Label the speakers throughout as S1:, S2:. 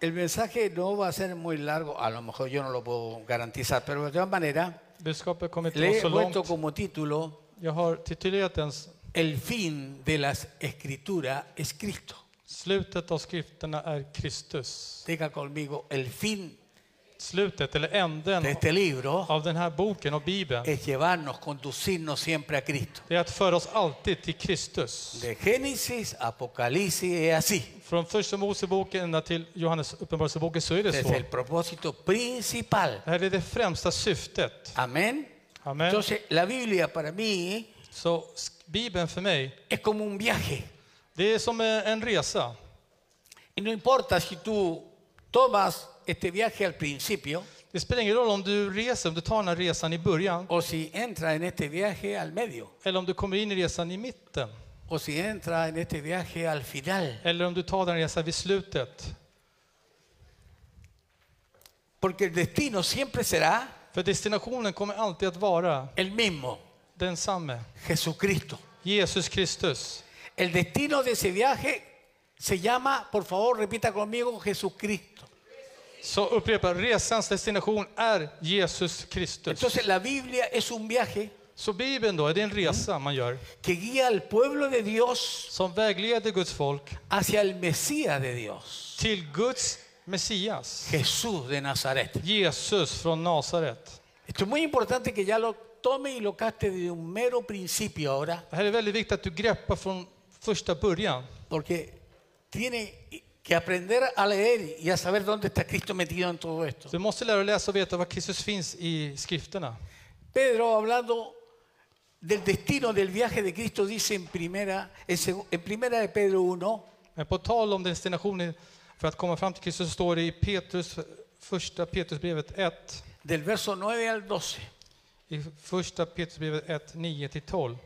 S1: El mensaje no va a ser muy largo, a lo mejor yo no lo puedo garantizar, pero de todas maneras,
S2: Budskapet kommer inte
S1: le
S2: vara
S1: he
S2: så
S1: puesto
S2: långt.
S1: como título
S2: Jag har titulerat den s-
S1: El fin de las escrituras es Cristo.
S2: Slutet av skrifterna är Kristus.
S1: Diga conmigo, el fin
S2: Slutet, eller änden,
S1: de este libro
S2: av den här boken och Bibeln,
S1: es llevarnos, conducirnos siempre a Cristo.
S2: det är att föra oss alltid till Kristus.
S1: De Génesis, Apocalipsis es así.
S2: Från första Moseboken ända till Johannes uppenbarelseboken så är det
S1: Ese
S2: så.
S1: es el propósito principal.
S2: Det här är det främsta syftet.
S1: Amén.
S2: Amen.
S1: Entonces, la Biblia para mí
S2: Så sk- Bibeln för mig,
S1: es como un viaje.
S2: det är som eh, en resa.
S1: Y no importa si tú tomas este viaje al principio
S2: Det spelar ingen roll om du reser, om du tar den här resan i början
S1: o si entra en este viaje al medio
S2: eller om du kommer in i resan i mitten
S1: o si entra en este viaje al final.
S2: eller om du tar den resan vid slutet.
S1: Porque el destino siempre será
S2: För destinationen kommer alltid att vara
S1: el mismo,
S2: densamme.
S1: Jesucristo.
S2: Jesus Kristus.
S1: El destino de ese viaje se llama, por favor, repita conmigo, Jesucristo.
S2: Så upprepa, resans destination är Jesus Kristus.
S1: Entonces la Biblia es un viaje
S2: Så Bibeln då, är det en resa man gör
S1: que guía al pueblo de Dios
S2: som vägleder Guds folk
S1: hacia el Mesías de Dios,
S2: till Guds Messias,
S1: Jesús de Nazaret.
S2: Jesus från Nasaret.
S1: Esto es muy importante que ya lo tome y lo caste de un mero principio ahora,
S2: Det här är väldigt viktigt att du greppar från första början.
S1: porque tiene que aprender a leer y a saber dónde está Cristo metido en todo esto.
S2: Du måste lära dig läsa och veta var Kristus finns i skrifterna.
S1: Pedro hablando del destino del viaje de Cristo dice en primera en, seg- en primera de Pedro 1
S2: Men på tal om destinationen för att komma fram till Kristus så står det i Petrus, första Petrusbrevet 1,
S1: del verso 9 al 12.
S2: i första Petrusbrevet 1, 9-12.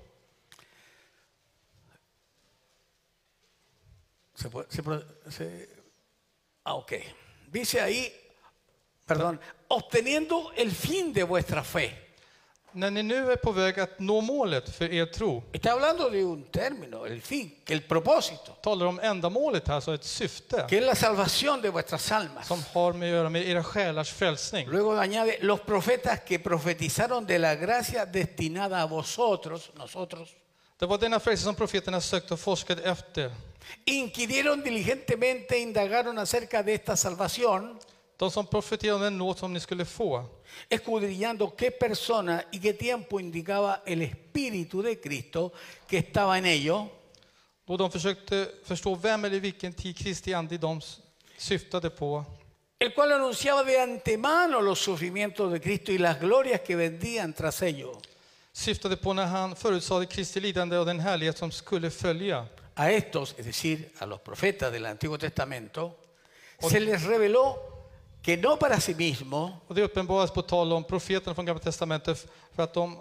S1: Se puede- se pro- se- ah, ok. Dice ahí, perdón, obteniendo el fin de vuestra fe.
S2: När ni nu är på väg att nå målet för er tro,
S1: Está hablando de un término, el fin, que el propósito,
S2: talar om ändamålet här, alltså ett syfte
S1: que es la salvación de vuestras almas.
S2: som har med att göra med era själars frälsning.
S1: Luego añade, los profetas que profetizaron de la gracia destinada a vosotros, nosotros,
S2: Det var denna frälsning som profeterna sökte och forskade efter.
S1: inquirieron diligentemente, indagaron acerca de esta salvación,
S2: De som profeterade om den nåd som ni skulle få,
S1: escudriñando qué persona y qué tiempo indicaba el Espíritu de Cristo que estaba en ello,
S2: då de försökte förstå vem eller vilken tid Kristi ande i dem s- syftade på,
S1: el cual anunciaba de antemano los sufrimientos de Cristo y las glorias que vendían tras ello.
S2: syftade på när han förutsade Kristi lidande och den härlighet som skulle följa.
S1: A estos, es decir, a los profetas del Antiguo Testamento, se les reveló que no para sí mismo,
S2: Och det uppenbaras på tal om profeterna från Gamla Testamentet f- för att, de,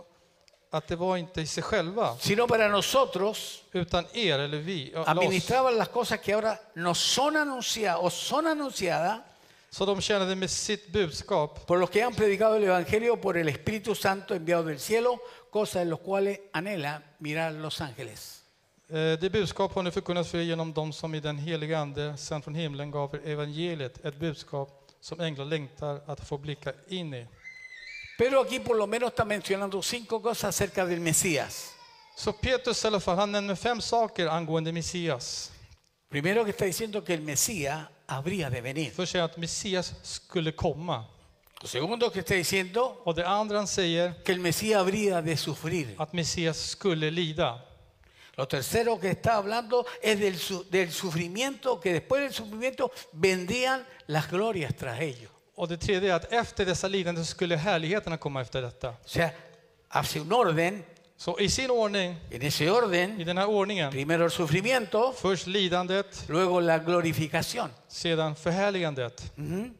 S2: att det var inte i sig själva,
S1: sino para nosotros,
S2: utan er eller vi. ja, eller oss.
S1: administraban las cosas que ahora nos son anunciadas o son anunciadas
S2: Så de tjänade med sitt budskap
S1: por los que han predicado el Evangelio por el Espíritu Santo enviado del cielo, cosas en las cuales anhela mirar los ángeles.
S2: Eh, Det budskap har nu förkunnats för er genom dem som i den heliga Ande sänd från himlen gav er evangeliet, ett budskap som änglar längtar att få blicka in i.
S1: Pero aquí por lo menos está mencionando cinco cosas acerca del Mesías.
S2: Så Petrus i alla fall, han nämner fem saker angående Messias.
S1: Primero que está diciendo que el Mesías habría de venir.
S2: Först säger han att Messias skulle komma.
S1: Lo segundo que está diciendo
S2: Och det andra han säger,
S1: que el Mesías habría de sufrir.
S2: att Messias skulle lida.
S1: Lo tercero que está hablando es del, su- del sufrimiento, que después del sufrimiento vendían las glorias tras ellos.
S2: Och det tredje är att efter dessa lidanden så skulle härligheterna komma efter detta.
S1: O sea, hace un orden,
S2: Så i sin ordning,
S1: en ese
S2: i
S1: orden,
S2: den här ordningen,
S1: primero el sufrimiento,
S2: först lidandet,
S1: luego la glorificación.
S2: sedan förhärligandet.
S1: Ujú.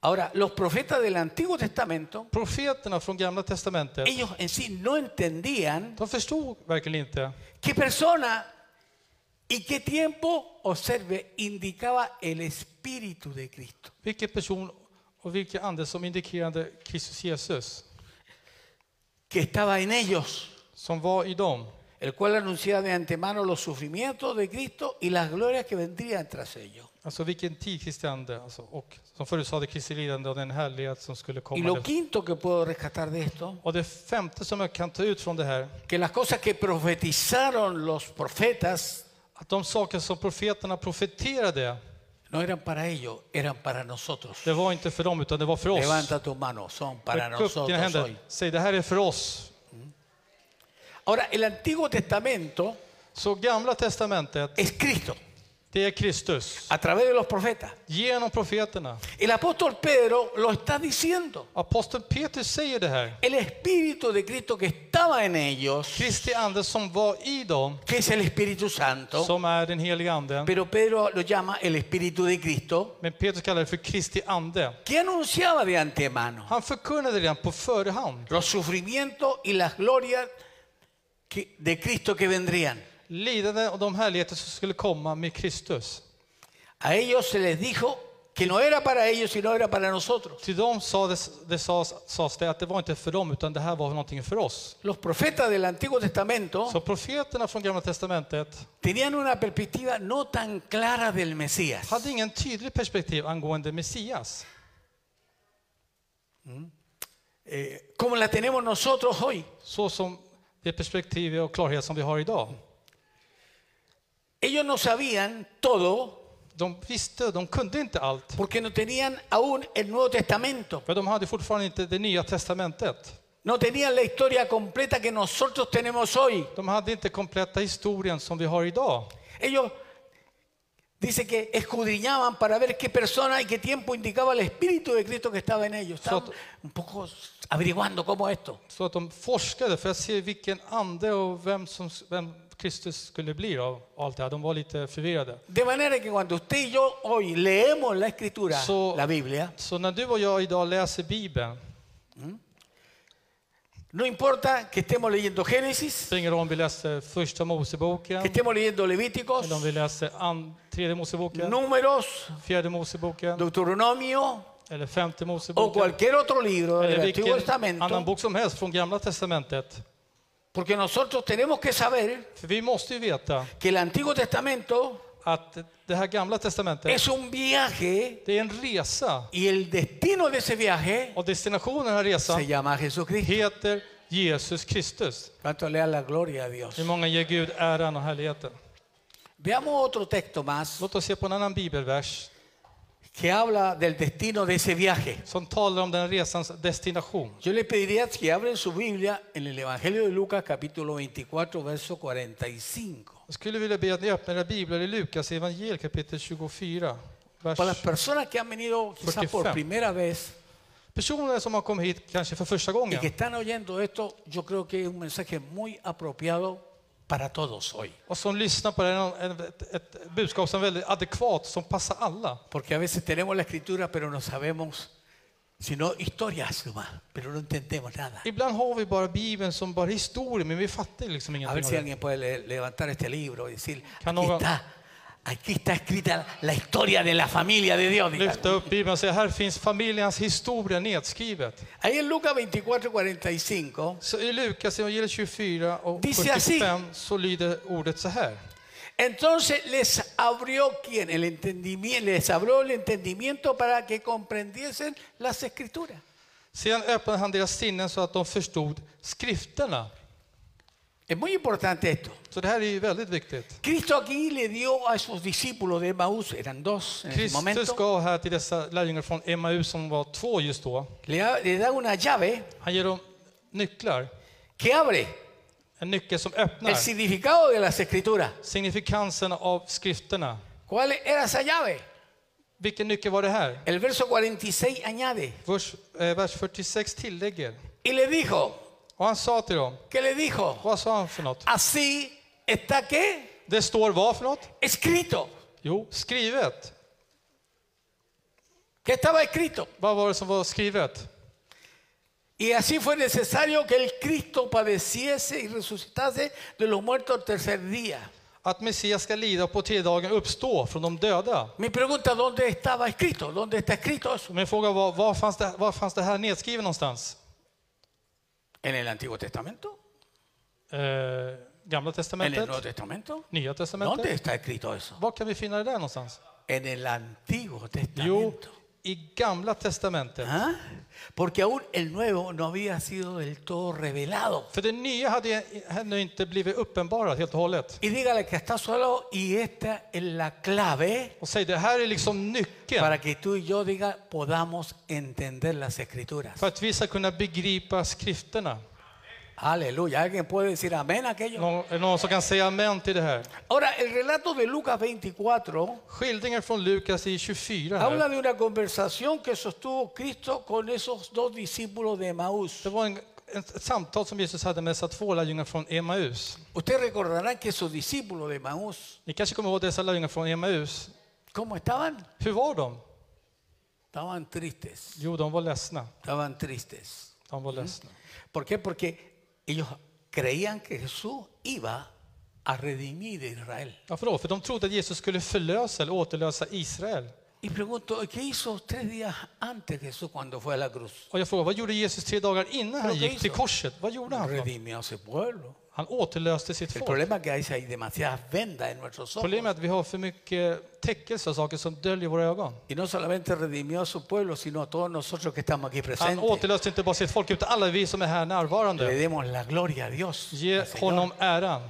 S1: Ahora, los profetas del Antiguo Testamento,
S2: Profeterna från Gamla Testamentet
S1: ellos en sí no entendían
S2: De förstod verkligen inte.
S1: qué persona y qué tiempo, observe, indicaba el Espíritu de Cristo.
S2: Vilken person och vilken ande som indikerade Kristus Jesus
S1: que estaba en ellos.
S2: som var i dem.
S1: el cual anuncia de antemano los sufrimientos de Cristo y las glorias que vendrían tras ellos.
S2: Alltså vilken tid Kristi ande, alltså, och som förutsade Kristi lidande och den härlighet som skulle
S1: Y
S2: komma.
S1: lo quinto que puedo rescatar de esto,
S2: Och det femte som jag kan ta ut från det här,
S1: que las cosas que profetizaron los profetas
S2: att de saker som profeterna profeterade,
S1: no eran para ellos, eran para nosotros.
S2: det var inte för dem utan det var för oss.
S1: Levanta tu mano, son para
S2: Räck upp dina
S1: nosotros
S2: händer,
S1: hoy.
S2: säg det här är för oss.
S1: Ahora, el Antiguo Testamento
S2: Så gamla testamentet,
S1: es Cristo,
S2: det är Kristus.
S1: a través de los profetas.
S2: Genom profeterna.
S1: El apóstol Pedro lo está diciendo.
S2: Aposteln Petrus säger det här.
S1: El Espíritu de Cristo que estaba en ellos,
S2: Kristi ande som var i dem,
S1: que es el Espíritu Santo,
S2: som är den helige anden.
S1: pero Pedro lo llama el Espíritu de Cristo,
S2: Men Petrus kallar det för Kristi ande.
S1: que anunciaba de antemano
S2: Han förkunnade redan på förhand
S1: los sufrimientos y las glorias que- de Cristo que vendrían.
S2: lidande och de härligheter som skulle komma med Kristus.
S1: A ellos se les dijo que no era para ellos, sino era para nosotros.
S2: Till dem sades det, sades, sades det att det var inte för dem utan det här var någonting för oss.
S1: Los profetas del Antiguo Testamento
S2: Så profeterna från Gamla Testamentet
S1: tenían una perspectiva no tan clara del Mesías.
S2: hade ingen tydlig perspektiv angående Messias
S1: eh, como la tenemos nosotros hoy.
S2: så som det perspektiv och klarhet som vi har idag.
S1: Ellos no sabían todo
S2: De visste, de kunde inte allt.
S1: porque no tenían aún el Nuevo Testamento.
S2: För de hade fortfarande inte det nya testamentet.
S1: No tenían la historia completa que nosotros tenemos hoy.
S2: De hade inte kompletta historien som vi har idag.
S1: Ellos dice que escudriñaban para ver qué persona y qué tiempo indicaba el Espíritu de Cristo que estaba en ellos. Estaban
S2: Nosotros-
S1: un poco averiguando cómo esto.
S2: Så att de forskade för att se vilken ande och vem, som, vem Kristus skulle bli av allt det här. De var lite förvirrade.
S1: De manera que cuando usted y yo hoy leemos la Escritura,
S2: So-
S1: la Biblia,
S2: Så när du och jag idag läser Bibeln,
S1: no importa que estemos leyendo Génesis,
S2: det är ingen roll om vi läser första Moseboken,
S1: que estemos leyendo Levíticos,
S2: eller om vi läser and, tredje Moseboken,
S1: Números,
S2: fjärde Moseboken,
S1: Deuteronomio
S2: eller femte
S1: o
S2: Moseboken,
S1: cualquier otro libro del
S2: eller
S1: Antiguo
S2: vilken annan
S1: Testamento,
S2: bok som helst från Gamla Testamentet.
S1: porque nosotros tenemos que saber
S2: För vi måste ju veta
S1: que el Antiguo Testamento
S2: att det här Gamla Testamentet,
S1: es un viaje
S2: det är en resa.
S1: y el destino de ese viaje
S2: Och destinationen den här
S1: se
S2: resan
S1: llama Jesucristo.
S2: heter Jesus Kristus.
S1: Cuánto le da la gloria a Dios.
S2: Hur många ger Gud äran och härligheten?
S1: Veamos otro texto más
S2: Låt oss se på en annan bibelvers
S1: que habla del destino de ese viaje.
S2: som talar om den resans destination.
S1: Yo le pediría que abren su Biblia en el Evangelio de Lucas capítulo 24, verso 45.
S2: Jag skulle vilja be att ni öppnar era biblar i Lukas evangel kapitel 24. Vers.
S1: Para las personas que han venido quizás por
S2: 45.
S1: primera vez
S2: Personer som har kommit hit kanske för första
S1: y que
S2: gången
S1: están oyendo esto, yo creo que es un mensaje muy apropiado para todos hoy.
S2: och som lyssnar på det här, en- ett, ett budskap som är väldigt adekvat, som passar alla.
S1: Porque a veces tenemos la escritura, pero no sabemos, sino historias nomás, pero no entendemos nada.
S2: Ibland har vi bara Bibeln som bara historia, men vi fattar liksom
S1: A ver
S2: ingenting.
S1: si
S2: av det.
S1: alguien puede le- levantar este libro y decir, aquí
S2: Canoga.
S1: está, aquí está escrita la historia de la familia de Dios. dígalo.
S2: Lyfta upp Bibeln och säga, här finns familjens historia nedskrivet.
S1: Ahí en Lucas 24, 45,
S2: Så i Lukas evangeliet 24 och
S1: Dice así.
S2: 45 så lyder ordet så här.
S1: entonces les abrió quién? El entendimiento, les abrió el entendimiento para que comprendiesen las escrituras.
S2: Sedan öppnade han deras sinnen så att de förstod skrifterna.
S1: Es muy importante esto.
S2: Så det här är ju väldigt viktigt.
S1: Cristo aquí le dio a sus discípulos de Emaús, eran dos
S2: Eh,
S1: en ese
S2: Kristus
S1: momento,
S2: gav här till dessa lärjungar från Emmaus som var två just då.
S1: le, da- le da una llave
S2: Han ger dem nycklar.
S1: que abre
S2: En nyckel som
S1: el
S2: öppnar
S1: significado de las escrituras.
S2: signifikansen av skrifterna.
S1: ¿Cuál era esa llave?
S2: Vilken nyckel var det här?
S1: El verso 46 añade,
S2: Vers, eh, vers 46 tillägger.
S1: y le dijo,
S2: Och han sa till dem,
S1: ¿qué le dijo?
S2: vad sa han för något?
S1: Así está que
S2: Det står vad för något?
S1: escrito.
S2: Jo, skrivet.
S1: ¿Qué estaba escrito?
S2: Vad var det som var skrivet?
S1: Y así fue necesario que el Cristo padeciese y resucitase de los muertos al tercer día.
S2: Att Messias ska lida och på tredje dagen uppstå från de döda.
S1: Mi pregunta, ¿dónde estaba escrito? ¿Dónde está escrito eso?
S2: Min fråga var, var fanns det, var fanns det här nedskrivet någonstans?
S1: En el Antiguo Testamento.
S2: Eh, Gamla
S1: en el
S2: testamentet,
S1: Nuevo Testamento.
S2: Nya
S1: ¿Dónde
S2: testamentet.
S1: está escrito eso?
S2: Vad kan vi finna det där någonstans?
S1: En el Antiguo
S2: Jo,
S1: Testamento.
S2: i Gamla testamentet.
S1: ¿Ah? Porque aún el Nuevo no había sido del todo revelado.
S2: För det nya hade ännu inte blivit uppenbarat helt och hållet.
S1: Y dígale que está solo y esta es la clave
S2: Och säg, det här är liksom nyckeln
S1: para que tú y yo diga podamos entender las escrituras.
S2: för att vi ska kunna begripa skrifterna.
S1: Aleluya. ¿Alguien puede decir amén a aquello?
S2: Någon, är det någon som kan säga amen till det här?
S1: Ahora, el relato de Lucas 24
S2: Skildringen från Lukas i 24
S1: habla
S2: här.
S1: de una conversación que sostuvo Cristo con esos dos discípulos de Emaús.
S2: Det var en, ett ett samtal som Jesus hade med dessa två lärjungar från Emmaus.
S1: Ustedes recordarán que esos discípulos de Emaús,
S2: Ni kanske kommer ihåg dessa lärjungar från Emmaus.
S1: ¿cómo estaban?
S2: Hur var de?
S1: Estaban tristes,
S2: Jo, de var ledsna.
S1: estaban tristes.
S2: De var ledsna.
S1: ¿Por qué? Porque ellos creían que Jesús iba a redimir a Israel.
S2: Varför då? För de trodde att Jesus skulle förlösa eller återlösa Israel.
S1: Y pregunto, ¿qué hizo tres días antes Jesús cuando fue a la cruz?
S2: Och jag frågar, vad gjorde Jesus tre dagar innan han
S1: Fråga
S2: gick till
S1: Jesus.
S2: korset? Vad gjorde han? då?
S1: Redimió a ese pueblo.
S2: Han återlöste sitt
S1: El
S2: folk.
S1: problema es que hay, hay demasiadas vendas en nuestros ojos.
S2: Problemet är att vi har för mycket täckelse av saker som döljer våra ögon.
S1: Y no solamente redimió a su pueblo, sino a todos nosotros que estamos aquí
S2: Han
S1: presentes.
S2: återlöste inte bara sitt folk, utan alla vi som är här
S1: Le
S2: närvarande.
S1: demos la gloria a Dios.
S2: Ge
S1: al Señor.
S2: honom äran.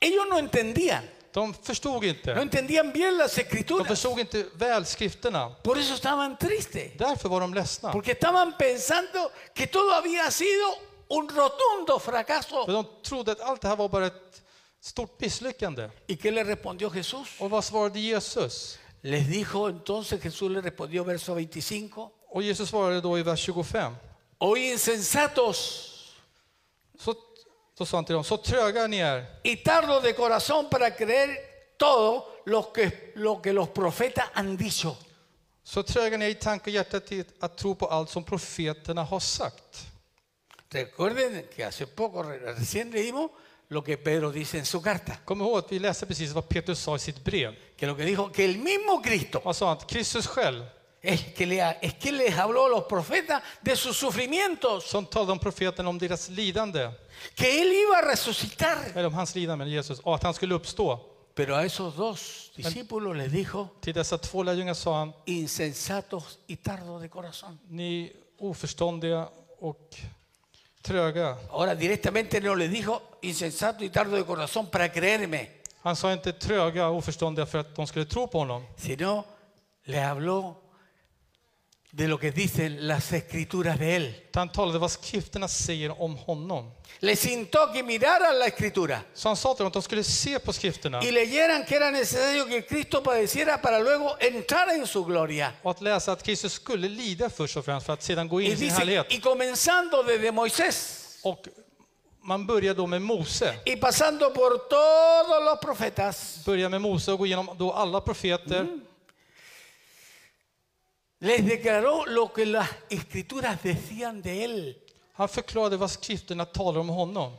S1: Ellos no entendían,
S2: De förstod
S1: no
S2: inte.
S1: entendían bien las
S2: De
S1: escrituras.
S2: förstod inte väl skrifterna.
S1: Por eso estaban tristes,
S2: Därför var de ledsna.
S1: porque estaban pensando que todo había sido un rotundo
S2: För
S1: fracaso.
S2: de trodde att allt det här var bara ett stort misslyckande.
S1: ¿Y qué le respondió Jesús?
S2: Och vad svarade Jesus?
S1: Les dijo entonces, Jesús le respondió, verso 25,
S2: Och Jesus svarade då i vers 25.
S1: hoy insensatos
S2: Så, så sa han till dem, så tröga ni är
S1: y tardos de corazón para creer todo lo que, lo que los profetas han dicho.
S2: Så trögar ni i tanke och hjärta till att tro på allt som profeterna har sagt.
S1: Recuerden que hace poco, re- recién leímos lo que Pedro dice en su carta,
S2: Kom ihåg att vi läste precis vad Petrus sa i sitt brev.
S1: que lo que dijo, que el mismo Cristo
S2: Han sa att Kristus själv,
S1: es que, le ha- es que les habló a los profetas de sus sufrimientos,
S2: som talade om profeterna om deras lidande,
S1: que él iba a resucitar.
S2: eller om hans lidande med Jesus, och att han skulle uppstå.
S1: Pero a esos dos discípulos les dijo,
S2: Till dessa två lärjungar sa han,
S1: insensatos y tardos de corazón.
S2: ni oförståndiga och tröga.
S1: Ahora directamente no les dijo insensato y tardo de corazón para creerme,
S2: Han sa inte tröga och oförståndiga för att de skulle tro på honom,
S1: sino les habló de lo que dicen las escrituras de él.
S2: utan han talade vad skrifterna säger om honom.
S1: Les intó que miraran la escritura
S2: Så han sa till dem att de skulle se på skrifterna
S1: y leyeran que era necesario que Cristo padeciera para luego entrar en su gloria.
S2: Och att läsa att Kristus skulle lida först och främst för att sedan gå in
S1: Y
S2: i sin
S1: dice,
S2: härlighet.
S1: y comenzando desde Moisés
S2: Och man börjar då med Mose.
S1: y pasando por todos los profetas,
S2: Börjar med Mose och går igenom då alla profeter.
S1: les declaró lo que las escrituras decían de él.
S2: Han förklarade vad skrifterna talar om honom.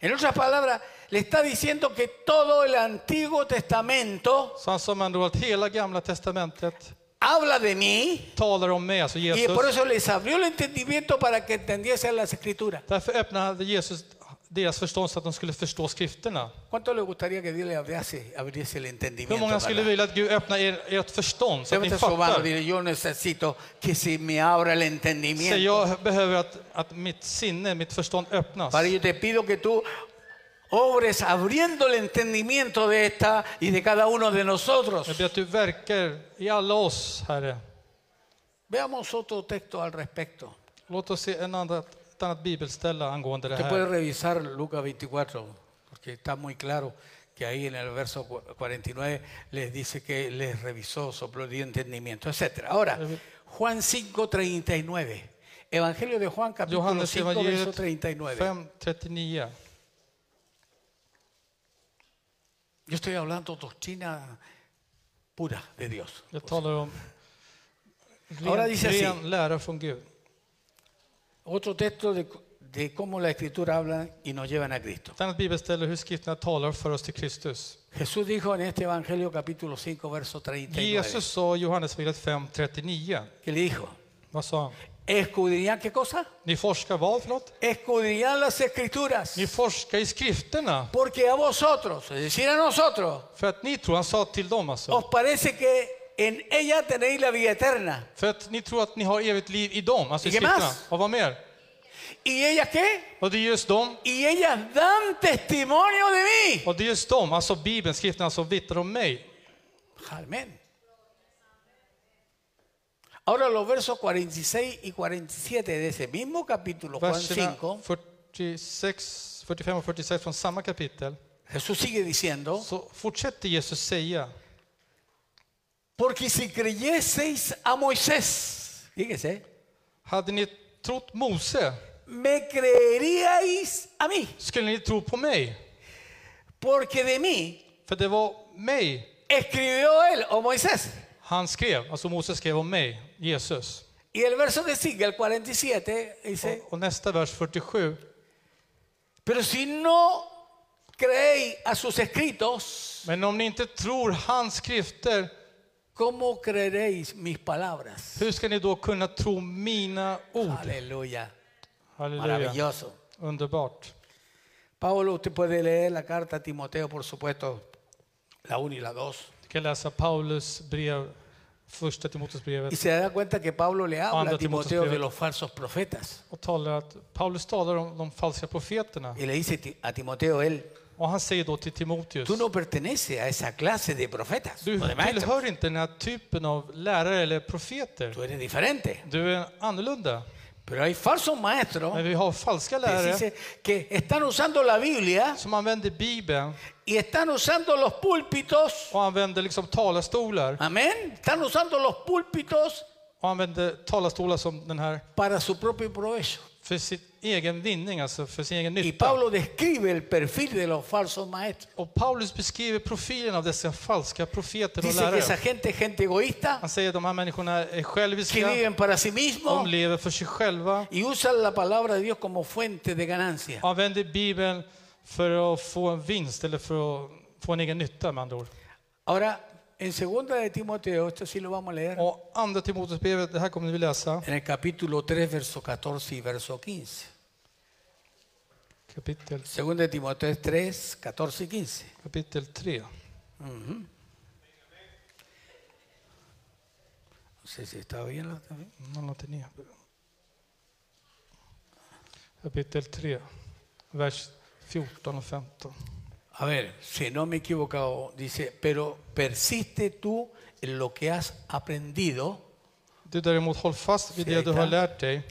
S1: En otras palabras, le está diciendo que todo el Antiguo Testamento
S2: Så han sa man då att hela gamla testamentet
S1: habla de mí
S2: talar om mig, alltså
S1: y por
S2: Jesus.
S1: eso les abrió el entendimiento para que entendiesen las escrituras.
S2: Därför öppnade Jesus deras förstånd så att de skulle förstå skrifterna.
S1: ¿Cuánto le gustaría que Dios le abriese, abriese el
S2: Hur
S1: entendimiento?
S2: många skulle
S1: para-
S2: vilja att Gud öppnar er, ert förstånd så att ni
S1: Levanta su mano y
S2: fattar?
S1: dile, yo necesito que se me abra el
S2: Säg,
S1: entendimiento.
S2: jag behöver att, att mitt sinne, mitt förstånd öppnas.
S1: Padre, yo te pido que tú obres abriendo el entendimiento de esta y de cada uno de
S2: Jag
S1: nosotros.
S2: ber att du verkar i alla oss, Herre.
S1: Veamos otro texto al respecto.
S2: Låt oss se en andra, ett annat bibelställe angående det
S1: Usted puede
S2: här.
S1: revisar Lucas 24, porque está muy claro que ahí en el verso cu- 49 les dice que les revisó, sopló el entendimiento, etc. Ahora, Juan 5, 39. Evangelio de Juan, capítulo
S2: Johannes
S1: 5, verso
S2: evangeliet
S1: 39.
S2: 5.39.
S1: Yo estoy hablando doctrina pura de Dios.
S2: Jag talar om
S1: Ahora
S2: ren,
S1: dice así.
S2: ren lära från Gud.
S1: Otro texto de, de cómo la escritura habla y nos llevan a Cristo.
S2: Ett annat bibelställe hur skrifterna talar för oss till Kristus.
S1: Jesús dijo en este Evangelio capítulo 5, verso 39,
S2: Jesus sa i Johannesevangeliet 5.39.
S1: que le dijo,
S2: Vad sa han?
S1: Escudriñar qué cosa?
S2: Ni forskar vad för något?
S1: Escudriñar las escrituras.
S2: Ni forskar i skrifterna.
S1: Porque a vosotros, es decir, a nosotros,
S2: För att ni tror, han sa till dem alltså.
S1: os parece que en ella tenéis la vida eterna.
S2: För att ni tror att ni har evigt liv i dem, alltså i
S1: Icke
S2: skrifterna.
S1: mass.
S2: Och vad mer?
S1: ¿Y ellas qué?
S2: Och det är just dem,
S1: Y ellas dan testimonio de mí.
S2: och det är just dem, alltså Bibeln, skrifterna, alltså vittnar om mig.
S1: Amén. Ahora los versos 46 y 47 de ese mismo capítulo, Juan
S2: Verserna
S1: 5,
S2: 46, 45 och 46 från samma kapitel.
S1: Jesús sigue diciendo,
S2: Så fortsätter Jesus säga,
S1: porque si creyeseis a Moisés, fíjese,
S2: hade ni trott Mose
S1: me creeríais a mí,
S2: skulle ni tro på mig.
S1: porque de mí
S2: För det var mig
S1: escribió él o Moisés.
S2: han skrev, alltså Mose skrev om mig, Jesus.
S1: Y el verso que sigue, el 47, dice,
S2: Och, och nästa vers 47.
S1: pero si no creéis a sus escritos,
S2: Men om ni inte tror hans skrifter,
S1: ¿cómo creeréis mis palabras?
S2: hur ska ni då kunna tro mina ord?
S1: Aleluya.
S2: Halleluja.
S1: Maravilloso.
S2: Underbart.
S1: Pablo, usted puede leer la carta a Timoteo, por supuesto, la 1 y la 2.
S2: Vi kan läsa Paulus brev, första
S1: Y
S2: Timoteusbrevet.
S1: se da cuenta que Pablo le habla
S2: Anda,
S1: a Timoteo
S2: Timoteo.
S1: de los falsos profetas.
S2: Och talar att Paulus talar om de falska profeterna.
S1: Y le dice ti- a Timoteo él,
S2: Och han säger då till Timoteus,
S1: tú no perteneces a esa clase de profetas
S2: du
S1: o de maestros.
S2: tillhör inte den här typen av lärare eller profeter.
S1: Tú eres diferente.
S2: Du är annorlunda.
S1: Pero hay falsos maestros
S2: Men vi har falska
S1: que,
S2: lärare
S1: dice que están usando la Biblia
S2: som använder Bibeln
S1: y están usando los púlpitos.
S2: och använder liksom talarstolar
S1: Amén. Están usando los púlpitos
S2: och använder talarstolar som den här
S1: para su propio provecho.
S2: för sin egen vinning, alltså för sin egen
S1: Y
S2: nytta.
S1: Pablo describe el perfil de los falsos maestros.
S2: Och Paulus beskriver profilen av dessa falska profeter och
S1: Dice que esa
S2: lärare.
S1: gente es gente egoísta,
S2: Han säger att de här människorna är
S1: que
S2: själviska,
S1: viven para sí
S2: de
S1: mismos
S2: lever för sig själva
S1: y usan la palabra de Dios como fuente de ganancia.
S2: och använder Bibeln för att få en vinst eller för att få en egen nytta med andra ord.
S1: Ahora, en segunda de Timoteo, esto sí lo vamos a leer,
S2: Och andra Timoteusbrevet, det här kommer vi läsa,
S1: en el capítulo 3, verso 14 y verso 15.
S2: kapitel,
S1: Segunda de Timoteo 3, 14 y 15.
S2: kapitel 3.
S1: No sé si está bien. ¿no? ¿Está bien?
S2: Man låter ner. Kapitel 3, vers 14 och 15.
S1: A ver, si no me he equivocado, dice, pero persiste tú en lo que has aprendido
S2: Du däremot, håll fast vid det du har lärt dig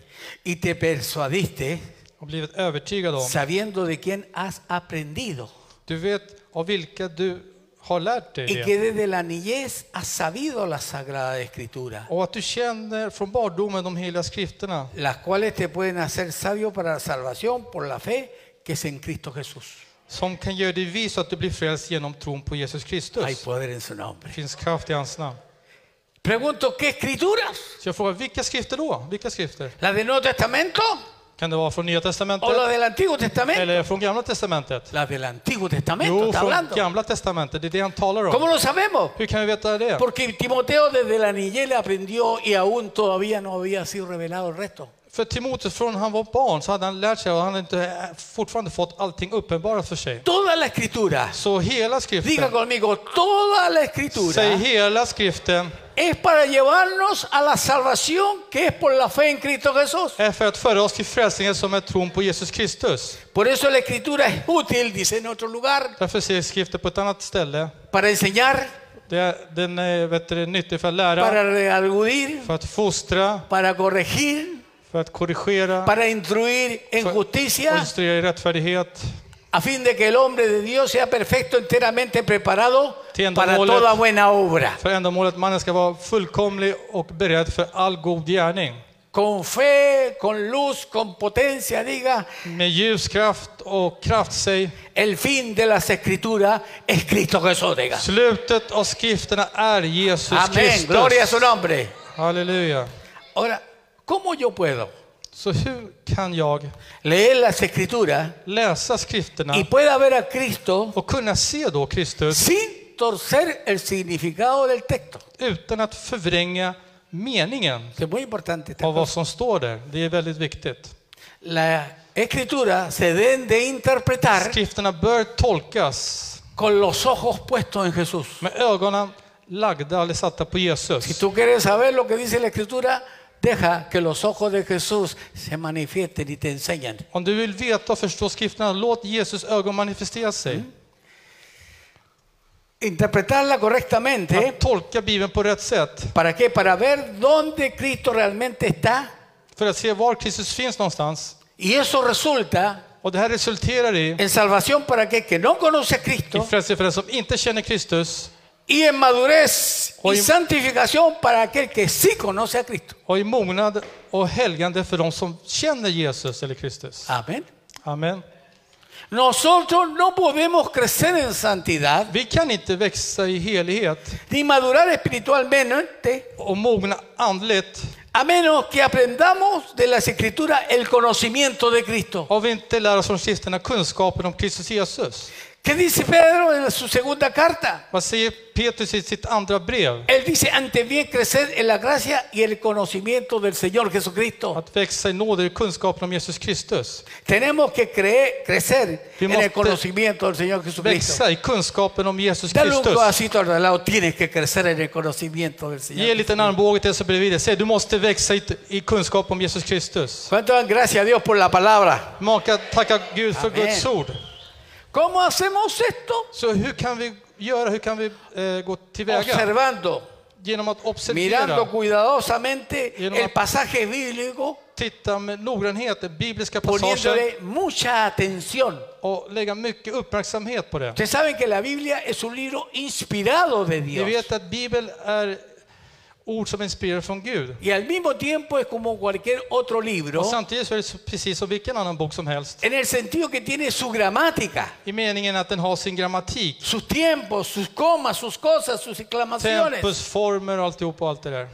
S1: y te persuadiste
S2: och blivit övertygad om.
S1: sabiendo de quién has aprendido.
S2: Du vet av vilka du har lärt dig
S1: Y
S2: det.
S1: que desde la niñez has sabido la Sagrada Escritura,
S2: Och att du känner från barndomen de heliga skrifterna,
S1: las cuales te pueden hacer sabio para la salvación por la fe que es en Cristo Jesús.
S2: som kan göra dig vis och att du blir frälst genom tron på Jesus
S1: Hay
S2: Kristus.
S1: poder en su
S2: Det
S1: nombre.
S2: finns kraft i hans namn.
S1: Pregunto, ¿qué escrituras?
S2: Så jag frågar, vilka skrifter då? Vilka skrifter?
S1: ¿Las del Nuevo Testamento
S2: Kan det vara från Nya
S1: o
S2: Testamentet?
S1: las del Antiguo Testamento?
S2: Eller från Gamla Testamentet?
S1: Las del Antiguo Testamento,
S2: Jo,
S1: está
S2: från
S1: hablando.
S2: Gamla Testamentet. Det är det han talar om.
S1: ¿Cómo lo sabemos?
S2: Hur kan vi veta det?
S1: Porque Timoteo desde la niñez le aprendió y aún todavía no había sido revelado el resto.
S2: För Timoteus, från han var barn så hade han lärt sig och han hade inte eh, fortfarande fått allting uppenbarat för sig.
S1: Toda la escritura,
S2: Så hela
S1: diga
S2: skriften,
S1: conmigo, toda la escritura
S2: säg hela skriften,
S1: es para llevarnos a la salvación que es por la fe en Cristo Jesús.
S2: är för att föra oss till frälsningen som är tron på Jesus Kristus.
S1: Por eso la escritura es útil, dice en otro lugar,
S2: Därför säger skriften på ett annat ställe,
S1: para enseñar,
S2: det är, den är vet du, nyttig för att lära,
S1: para redarguir,
S2: för att fostra,
S1: para corregir,
S2: för att korrigera,
S1: para instruir en
S2: för
S1: justicia,
S2: att instruera i rättfärdighet,
S1: a fin de que el hombre de Dios sea perfecto, enteramente preparado
S2: Tiendo
S1: para
S2: molet.
S1: toda buena obra.
S2: för ändamålet att mannen ska vara fullkomlig och beredd för all god gärning.
S1: Con fe, con luz, con potencia, diga,
S2: Med ljuskraft och kraft, säg
S1: el fin de las escrituras es Cristo Jesús, diga.
S2: Slutet av skrifterna är Jesus
S1: Amén,
S2: Kristus.
S1: gloria a su nombre.
S2: Halleluja.
S1: Ahora, ¿cómo yo puedo
S2: Så hur kan jag
S1: leer las escrituras
S2: läsa skrifterna
S1: y pueda ver a Cristo
S2: och kunna se då Kristus
S1: sin torcer el significado del texto?
S2: utan att förvränga meningen
S1: que es muy importante este esta
S2: av vad
S1: cosa.
S2: som står där. Det är väldigt viktigt.
S1: La escritura se deben de interpretar
S2: Skrifterna bör tolkas
S1: con los ojos puestos en Jesús.
S2: med ögonen lagda eller satta på
S1: Si
S2: Jesus.
S1: tú quieres saber lo que dice la escritura, deja que los ojos de Jesús se manifiesten y te enseñen.
S2: Om du vill veta och förstå skrifterna, låt Jesus ögon manifestera sig.
S1: Interpretarla correctamente.
S2: Att tolka Bibeln på rätt sätt
S1: ¿Para qué? Para ver dónde Cristo realmente está.
S2: för att se var Kristus finns någonstans.
S1: Y eso resulta
S2: Och det här resulterar i,
S1: en salvación para aquel que no conoce a
S2: i
S1: Cristo
S2: frälsning för den som inte känner Kristus
S1: y en madurez y
S2: Oye.
S1: santificación para aquel que sí conoce a Cristo.
S2: och i mognad och helgande för de som känner Jesus eller Kristus.
S1: Amén.
S2: Amen.
S1: Nosotros no podemos crecer en santidad
S2: Vi kan inte växa i helighet
S1: ni madurar espiritualmente
S2: och mogna andligt
S1: a menos que aprendamos de las escrituras el conocimiento de Cristo.
S2: om vi inte lär oss från skrifterna kunskapen om Kristus Jesus.
S1: ¿Qué dice Pedro en su segunda carta?
S2: Vad säger Petrus i sitt andra brev?
S1: Él dice, antes bien crecer en la gracia y el conocimiento del Señor Jesucristo.
S2: Att växa i nåd är kunskapen om Jesus Kristus.
S1: Tenemos que creer, crecer en
S2: Tenemos
S1: el
S2: que
S1: conocimiento del Señor Jesucristo.
S2: Växa i kunskapen om Jesus
S1: Dale un
S2: Kristus.
S1: pedacito al lado, tienes que crecer en el conocimiento del
S2: Ge en
S1: Señor.
S2: liten armbåge till den som är bredvid dig. Säg, du måste växa i, i kunskap om Jesus Kristus.
S1: ¿Cuánto dan gracias a Dios por la palabra?
S2: Maka, tacka Gud för
S1: Amen.
S2: Guds ord.
S1: ¿Cómo hacemos esto?
S2: Så hur kan vi göra, hur kan vi eh, gå tillväga?
S1: Observando.
S2: Genom att
S1: mirando
S2: observera,
S1: cuidadosamente
S2: Y en
S1: el
S2: una-
S1: pasaje bíblico,
S2: titta med noggrannhet, den bibliska passagen
S1: poniéndole mucha atención.
S2: och lägga mycket uppmärksamhet på det.
S1: Ustedes saben que la Biblia es un libro inspirado de
S2: Ni
S1: Dios
S2: vet att Bibeln är ord som inspirerar från Gud.
S1: y al mismo tiempo es como cualquier otro libro
S2: Och samtidigt så är det så- precis som vilken annan bok som helst.
S1: en el sentido que tiene su gramática,
S2: I meningen att den har sin grammatik,
S1: sus tiempos, sus comas, sus cosas, sus exclamaciones.
S2: tempus, former och alltihop och allt det där.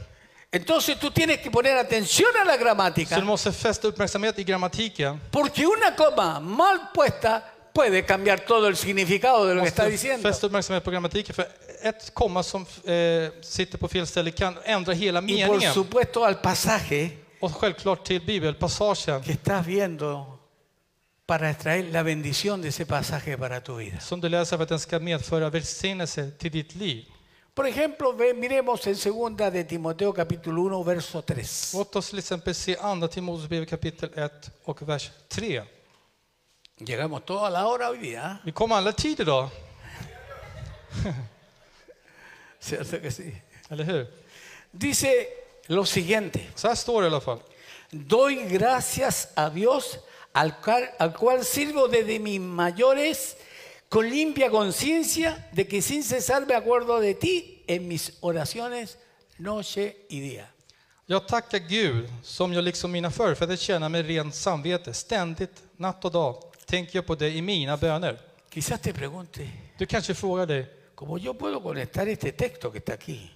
S1: Entonces tú tienes que poner atención a la
S2: Så du
S1: gramática
S2: måste fästa uppmärksamhet i grammatiken.
S1: porque una coma mal puesta puede cambiar todo el significado de lo que está
S2: Måste
S1: diciendo.
S2: fästa uppmärksamhet på grammatiken för ett komma som eh, sitter på fel ställe kan ändra hela
S1: Y por
S2: meningen.
S1: supuesto al pasaje
S2: Och självklart till bibelpassagen
S1: que estás viendo para extraer la bendición de ese pasaje para tu vida.
S2: som du läser för att den ska medföra välsignelse till ditt liv.
S1: Por ejemplo, ve- miremos en segunda de Timoteo capítulo 1 verso 3.
S2: Låt oss till exempel se Andra Timoteusbrevet kapitel 1 och vers 3.
S1: Llegamos toda la hora hoy día, ¿eh?
S2: Vi kommer alla tid idag,
S1: ¿cierto que sí?
S2: eller hur?
S1: Dice lo siguiente,
S2: Så här står det i alla fall.
S1: doy gracias a Dios al cual, al cual sirvo desde mis mayores con limpia conciencia de que sin cesar me acuerdo de ti en mis oraciones noche y día.
S2: Jag tackar Gud som jag liksom mina förfäder känner med rent samvete. Ständigt, natt och dag, tänker jag på dig i mina böner.
S1: Quizás te pregunte,
S2: Du kanske frågar dig,
S1: ¿Cómo yo puedo conectar este texto que está aquí?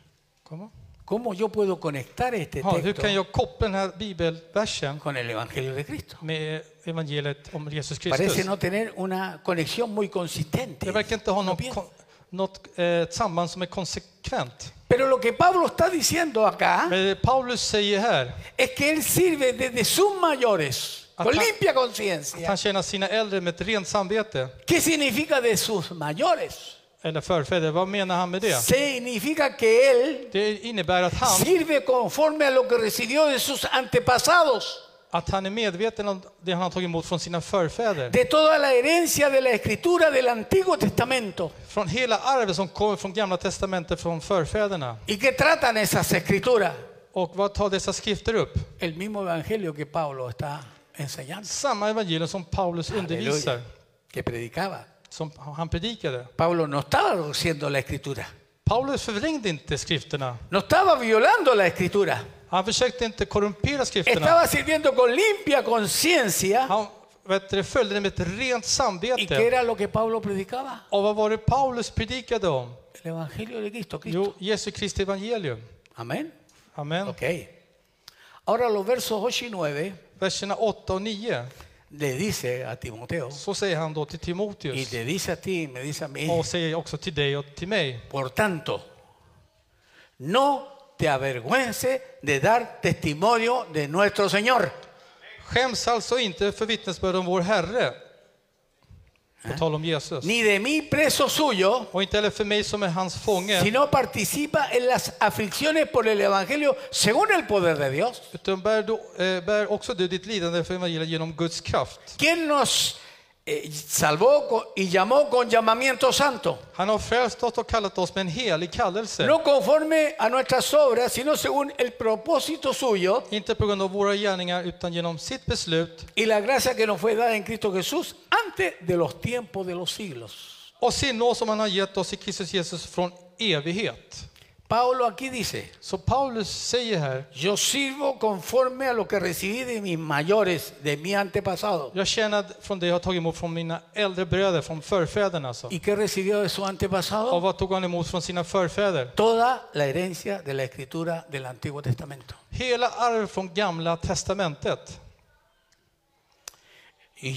S2: "Komma,
S1: ¿Cómo yo puedo conectar este
S2: ha, hur kan
S1: texto
S2: jag koppla den här bibelversen
S1: con el Evangelio de Cristo?
S2: med evangeliet om Jesus
S1: Parece
S2: Kristus?
S1: no tener una conexión muy consistente.
S2: Det verkar inte ha
S1: ¿No
S2: något,
S1: piensa?
S2: kon- något eh, samband som är konsekvent.
S1: Pero lo que Pablo está diciendo acá
S2: Men Paulus säger här
S1: es que él sirve desde sus mayores, con
S2: Acá-
S1: limpia
S2: att
S1: conciencia.
S2: han tjänar sina äldre med ett rent samvete,
S1: ¿Qué significa de sus mayores?
S2: eller förfäder. Vad menar han med det?
S1: Significa que él
S2: Det innebär att han
S1: sirve conforme a lo que recibió de sus antepasados,
S2: att han är medveten om det han har tagit emot från sina förfäder.
S1: de toda la herencia de la escritura del Antiguo Testamento.
S2: Från hela arvet som kommer från gamla testamentet från förfäderna.
S1: ¿Y qué tratan esas escrituras?
S2: Och vad tar dessa skrifter upp?
S1: El mismo evangelio que Pablo está enseñando,
S2: Samma evangelium som Paulus undervisar,
S1: que predicaba.
S2: som han predikade.
S1: Pablo no estaba reduciendo la escritura,
S2: Paulus förvrängde inte skrifterna.
S1: no estaba violando la escritura,
S2: Han försökte inte korrumpera skrifterna.
S1: estaba sirviendo con limpia conciencia.
S2: Han vet du, följde det med ett rent
S1: ¿Y qué
S2: samvete.
S1: era lo que Pablo predicaba?
S2: Och vad var det Paulus predikade om?
S1: El evangelio de Cristo, Cristo.
S2: Jo, Jesu Kristi evangelium.
S1: Amén.
S2: Amen.
S1: Ok. Ahora los versos 8 y 9
S2: Verserna 8 och 9.
S1: le dice a Timoteo,
S2: Så säger han då till
S1: y
S2: Timoteus.
S1: te dice a ti,
S2: Oh,
S1: me dice a mí,
S2: och säger också till dig och till mig.
S1: Por tanto, no te avergüences de dar testimonio de nuestro Señor.
S2: Skäms alltså inte för vittnesbörd om vår Herre, på tal om Jesus,
S1: Ni de mí preso suyo,
S2: och inte heller för mig som är hans fånge,
S1: sino participa en las aflicciones por el Evangelio según el poder de Dios.
S2: utan bär, då, eh, bär också du ditt lidande för evangeliet genom Guds kraft.
S1: ¿Quién nos eh, salvó co- y llamó con llamamiento santo?
S2: Han har frälst oss och kallat oss med en helig kallelse,
S1: No conforme a nuestras obras, sino según el propósito suyo
S2: inte på grund av våra gärningar utan genom sitt beslut
S1: y la gracia que nos fue dada en Cristo Jesús antes de los tiempos de los siglos.
S2: och sin nåd som han har gett oss i Kristus Jesus från evighet.
S1: Pablo aquí dice,
S2: Så Paulus säger här,
S1: yo sirvo conforme a lo que recibí de mis mayores, de mi antepasado.
S2: jag tjänar från det jag har tagit emot från mina äldre bröder, från förfäderna alltså.
S1: ¿Y qué recibió de su
S2: Och
S1: antepasado?
S2: vad tog han emot från sina förfäder?
S1: Toda la herencia de la escritura del Antiguo Testamento.
S2: Hela arv från gamla testamentet.
S1: Y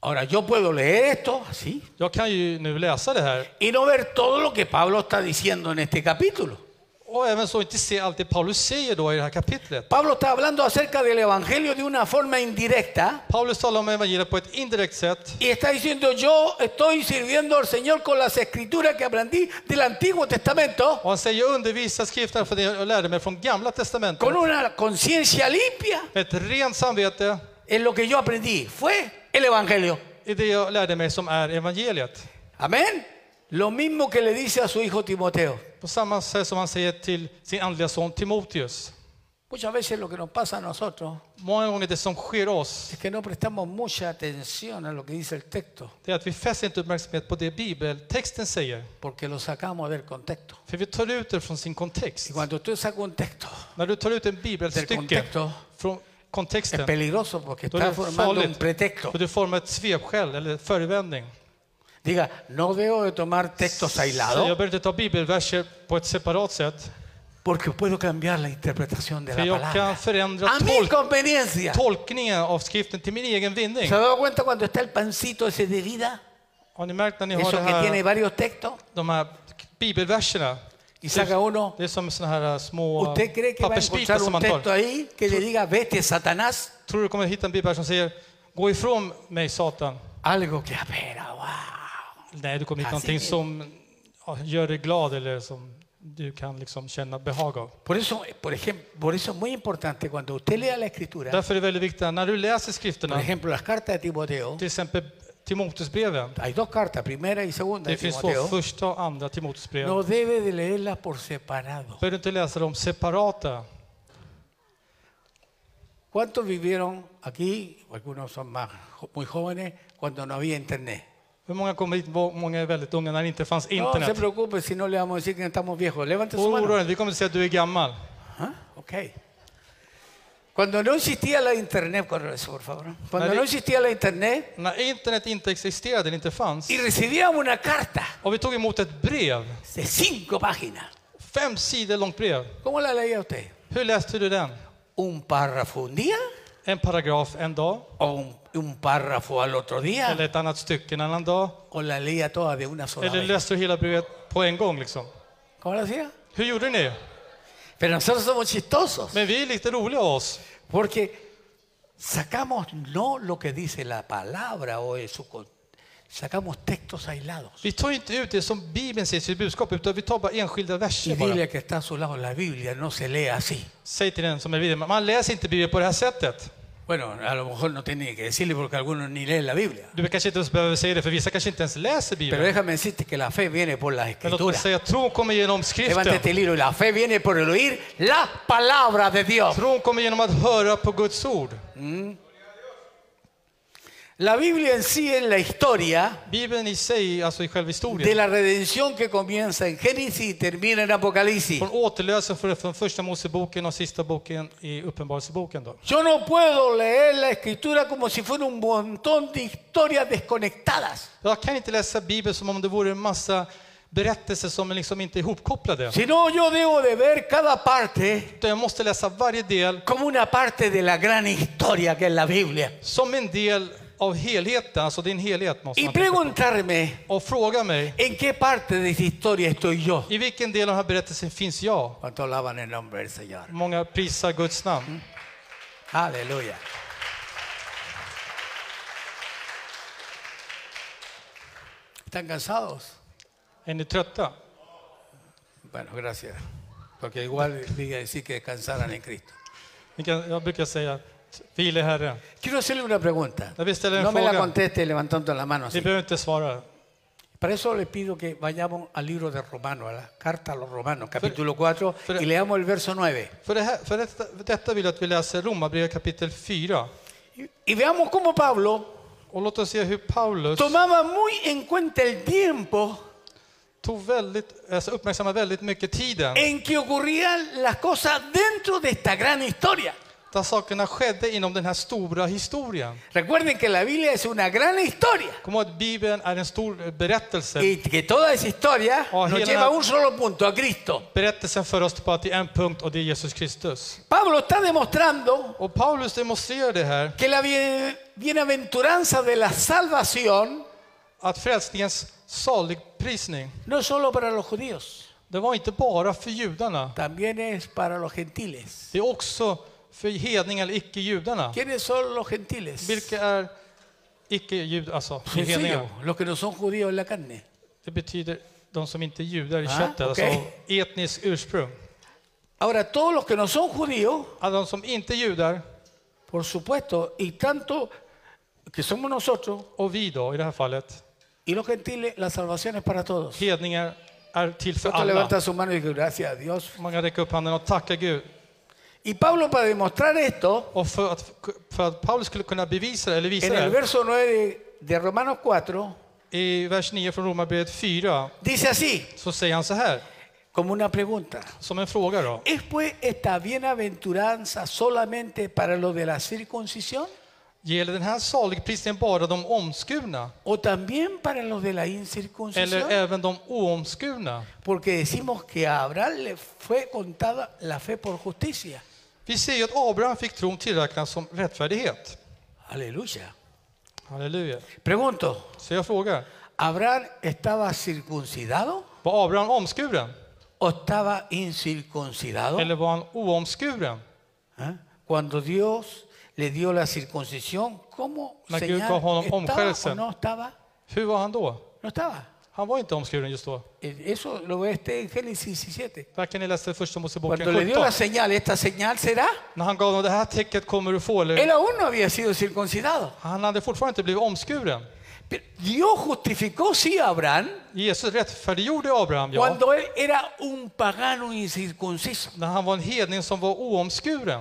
S1: ahora yo puedo leer esto así,
S2: Jag kan ju nu läsa det här
S1: y no ver todo lo que Pablo está diciendo en este capítulo.
S2: och även så inte se allt det Paulus säger då i det här kapitlet.
S1: Pablo está hablando acerca del Evangelio de una forma indirecta
S2: Paulus talar om evangeliet på ett indirekt sätt
S1: y está diciendo yo estoy sirviendo al Señor con las escrituras que aprendí del Antiguo Testamento
S2: och han säger jag undervisar skrifterna för det jag lärde mig från gamla testamentet.
S1: con una conciencia limpia
S2: Med ett rent samvete
S1: en lo que yo aprendí. Fue el Evangelio.
S2: i det jag lärde mig som är evangeliet.
S1: Amén. Lo mismo que le dice a su hijo Timoteo.
S2: På samma sätt som han säger till sin andliga son Timoteus.
S1: Muchas veces lo que nos pasa a nosotros
S2: Många gånger det som sker oss
S1: es que no prestamos mucha atención a lo que dice el texto
S2: det är att vi fäster inte uppmärksamhet på det bibeltexten säger.
S1: porque lo sacamos del contexto.
S2: För vi tar ut det från sin kontext.
S1: Y cuando tú sacas un texto
S2: När du tar ut en
S1: del
S2: bibelstycke
S1: contexto,
S2: från
S1: Es
S2: kontexten,
S1: peligroso porque
S2: då är
S1: está
S2: det
S1: formando un
S2: farligt.
S1: pretexto.
S2: För du formar ett svepskäl eller förevändning.
S1: Diga, no debo de tomar textos
S2: Så jag
S1: aislados
S2: behöver inte ta bibelverser på ett separat sätt.
S1: porque puedo cambiar la interpretación de
S2: För
S1: la
S2: jag kan
S1: palabra.
S2: förändra
S1: A mi
S2: tolk
S1: conveniencia.
S2: tolkningen av skriften till min egen vinning.
S1: ¿Se ha dado cuenta cuando está el pancito ese de vida?
S2: Har ni märkt när ni har
S1: Eso
S2: det
S1: que tiene
S2: här,
S1: varios textos
S2: de här bibelverserna?
S1: y saca uno.
S2: Det är som såna här äh, små
S1: ¿Usted cree que va a
S2: pappersbitar
S1: encontrar
S2: som
S1: un
S2: man
S1: texto
S2: tar.
S1: ahí que le diga, vete Satanás?
S2: Tror du kommer hitta en bibelvers som säger Gå ifrån mig Satan.
S1: Algo que, a ver, wow.
S2: Nej, du kommer hitta
S1: Alltså,
S2: någonting
S1: det-
S2: som ja, gör dig glad eller som du kan liksom känna behag av.
S1: Por eso, eh, por ejemplo, por eso es muy importante cuando usted lea la escritura,
S2: Därför är det väldigt viktigt att när du läser
S1: por
S2: skrifterna,
S1: ejemplo, las cartas de Timoteo,
S2: till exempel Timoteusbreven.
S1: hay dos cartas, primera y segunda
S2: Det
S1: de
S2: finns två,
S1: Timoteo.
S2: första och andra Timoteusbrev.
S1: No debe de leerlas por separado.
S2: Behöver du inte läsa dem separata.
S1: ¿Cuántos vivieron aquí? Algunos son más jo- muy jóvenes cuando no había internet.
S2: Hur många kommer hit? Må- Många är väldigt unga när det inte fanns
S1: No se
S2: internet.
S1: preocupe si no le vamos a decir que estamos viejos. Levante su
S2: Oroa dig
S1: mano.
S2: inte, vi kommer att säga att du är gammal.
S1: Ah, Ok. Cuando no existía la internet, corre eso, por favor. Cuando
S2: Nadie-
S1: no existía la internet
S2: När internet inte existerade, det inte fanns,
S1: y recibíamos una carta
S2: och vi tog emot ett brev,
S1: de cinco páginas,
S2: fem sidor långt brev.
S1: ¿cómo la leía usted?
S2: Hur läste du den?
S1: ¿Un párrafo un día?
S2: En paragraf en dag,
S1: ¿O un, un párrafo al otro
S2: eller
S1: día?
S2: ett annat stycke en annan dag,
S1: ¿O la leía toda de una sola
S2: eller
S1: vez?
S2: läste du hela brevet på en gång liksom?
S1: ¿Cómo la hacía?
S2: Hur gjorde ni?
S1: Pero nosotros somos chistosos.
S2: Men vi är lite roliga av oss.
S1: Porque sacamos no lo que dice la palabra o eso, con- sacamos textos aislados.
S2: Vi tar ju inte ut det som Bibeln säger i sitt budskap, utan vi tar bara enskilda
S1: Y
S2: verser
S1: dile
S2: bara.
S1: que está a su lado la Biblia, no se lee así.
S2: Säg till den som är vid dig, man läser inte Bibeln på det här sättet.
S1: Bueno, a lo mejor no tiene que decirle porque algunos ni leen la Biblia.
S2: Du kanske inte ens behöver säga det, för vissa kanske inte ens läser
S1: Pero
S2: Bibeln.
S1: déjame decirte que la fe viene por las
S2: Men låt mig
S1: escrituras.
S2: säga, tron kommer genom
S1: Levántate
S2: skriften.
S1: el hilo. La fe viene por el oír la palabra de Dios.
S2: Tron kommer genom att höra på Guds ord.
S1: La Biblia en sí es la historia
S2: Bibeln i sig, alltså i själva
S1: de
S2: historien,
S1: la redención que comienza en Génesis y termina en Apocalipsis.
S2: från återlösen för- från första Moseboken och sista boken i Uppenbarelseboken. Då.
S1: Yo no puedo leer la escritura como si fuera un montón de historias desconectadas,
S2: Jag kan inte läsa Bibeln som om det vore en massa berättelser som liksom inte är ihopkopplade.
S1: sino yo debo de ver cada parte
S2: Utan jag måste läsa varje del
S1: como una parte de la gran historia que es la Biblia.
S2: som en del av helheten, alltså din helhet måste
S1: y
S2: man tänka på.
S1: preguntarme
S2: Och fråga mig,
S1: en qué parte de esta historia estoy yo.
S2: i vilken del av den här berättelsen finns jag?
S1: Cuando alaban el nombre del Señor.
S2: Många prisar Guds namn.
S1: Aleluya. ¿Están cansados?
S2: Är ni trötta?
S1: Bueno, gracias. Porque igual diga decir que descansaran en Cristo.
S2: Ni kan, jag brukar säga, vila i Herren.
S1: Quiero hacerle una pregunta.
S2: Jag vill ställa en
S1: No me la
S2: fråga.
S1: conteste levantando la mano. así.
S2: Ni behöver inte svara.
S1: Para eso le pido que vayamos al libro de Romanos, a la carta a los Romanos, capítulo 4,
S2: pero-
S1: y leamos el verso 9.
S2: För, det här, för detta, för detta vill jag att vi läser Romarbrevet kapitel 4.
S1: Y- Y veamos cómo Pablo
S2: Och låt oss se hur Paulus
S1: tomaba muy en cuenta el tiempo
S2: tog väldigt, alltså uppmärksammade väldigt mycket tiden.
S1: en que ocurrían las cosas dentro de esta gran historia.
S2: Där sakerna skedde inom den här stora historien.
S1: Recuerden que la Biblia es una gran historia
S2: Kom ihåg att Bibeln är en stor berättelse.
S1: y que toda esa historia
S2: Oh,
S1: nos
S2: Hillel.
S1: lleva a un solo punto, a Cristo.
S2: Berättelsen för oss på att det är en punkt och det är Jesus Kristus.
S1: Pablo está demostrando
S2: Och Paulus demonstrerar det här,
S1: que la bien- bienaventuranza de la salvación
S2: att frälsningens saligprisning,
S1: no es solo para los judíos,
S2: det var inte bara för judarna.
S1: también es para los gentiles.
S2: Det är också för hedningar eller icke-judarna.
S1: ¿Quiénes son los gentiles?
S2: Vilka är icke-judar? Alltså, hedningar.
S1: Sencillo, los que no son judíos en la carne.
S2: Det betyder de som inte är judar i
S1: Ah,
S2: köttet,
S1: okej.
S2: alltså av etnisk ursprung.
S1: Ahora, todos los que no son judíos,
S2: Alla de som inte är judar,
S1: por supuesto, y tanto que somos nosotros,
S2: och vi då i det här fallet,
S1: y los gentiles, la salvación es para todos.
S2: hedningar, är till för
S1: Otro
S2: alla.
S1: levanta su mano y dice, gracias a Dios.
S2: Man kan räcka upp handen och tacka Gud.
S1: Y Pablo, para demostrar esto,
S2: Och för att, för att Paulus skulle kunna bevisa det, eller visa
S1: en el
S2: det,
S1: verso 9 de, de Romanos 4,
S2: i vers 9 från Romarbrevet 4,
S1: dice así,
S2: så säger han så här,
S1: como una pregunta.
S2: som en fråga då.
S1: ¿Es pues esta bienaventuranza solamente para lo de la circuncisión
S2: Gäller den här saligprisningen bara de omskurna?
S1: o también para los de la
S2: Eller
S1: incircuncisión?
S2: även de oomskurna?
S1: Porque decimos que a Abraham le fue contada la fe por justicia.
S2: Vi ser ju att Abraham fick tron tillräknad som rättfärdighet.
S1: Aleluya.
S2: Halleluja.
S1: Pregunto,
S2: Så jag frågar,
S1: ¿Abraham estaba circuncidado
S2: var Abraham omskuren?
S1: o estaba incircuncidado?
S2: Eller var han oomskuren?
S1: ¿Eh? Cuando Dios le dio la circuncisión, ¿cómo
S2: La que
S1: señal
S2: con Hom-
S1: estaba o
S2: Homskärelsen.
S1: no estaba?
S2: Hur var han då?
S1: No estaba.
S2: Han var inte omskuren just då.
S1: Eh, Eso lo ve este en Génesis 17.
S2: Verkar ni läste första Moseboken
S1: Cuando le dio
S2: 17?
S1: la señal, esta señal será.
S2: När han gav honom det här täcket kommer du få, eller?
S1: Él aún no había sido circuncidado.
S2: Han hade fortfarande inte blivit omskuren.
S1: Pero Dios justificó sí a Abraham
S2: Jesus rättfärdiggjorde Abraham, ja.
S1: cuando él era un pagano incircunciso.
S2: När han var en hedning som var oomskuren.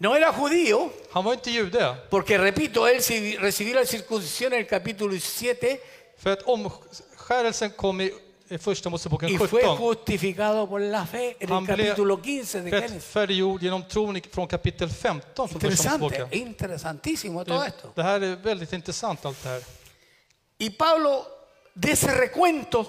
S1: No era judío,
S2: Han var inte jude.
S1: porque repito, él si- recibió la circuncisión en el capítulo 17
S2: För att omskärelsen kom i i första Moseboken
S1: y fue
S2: 17.
S1: justificado por la fe en el
S2: Han blev
S1: capítulo 15 de Génesis.
S2: rättfärdiggjord genom tron i- från kapitel 15 från första
S1: Interesante,
S2: Moseboken.
S1: interesantísimo todo
S2: Det,
S1: esto.
S2: det här är väldigt intressant allt det här.
S1: Y Pablo, de ese recuento,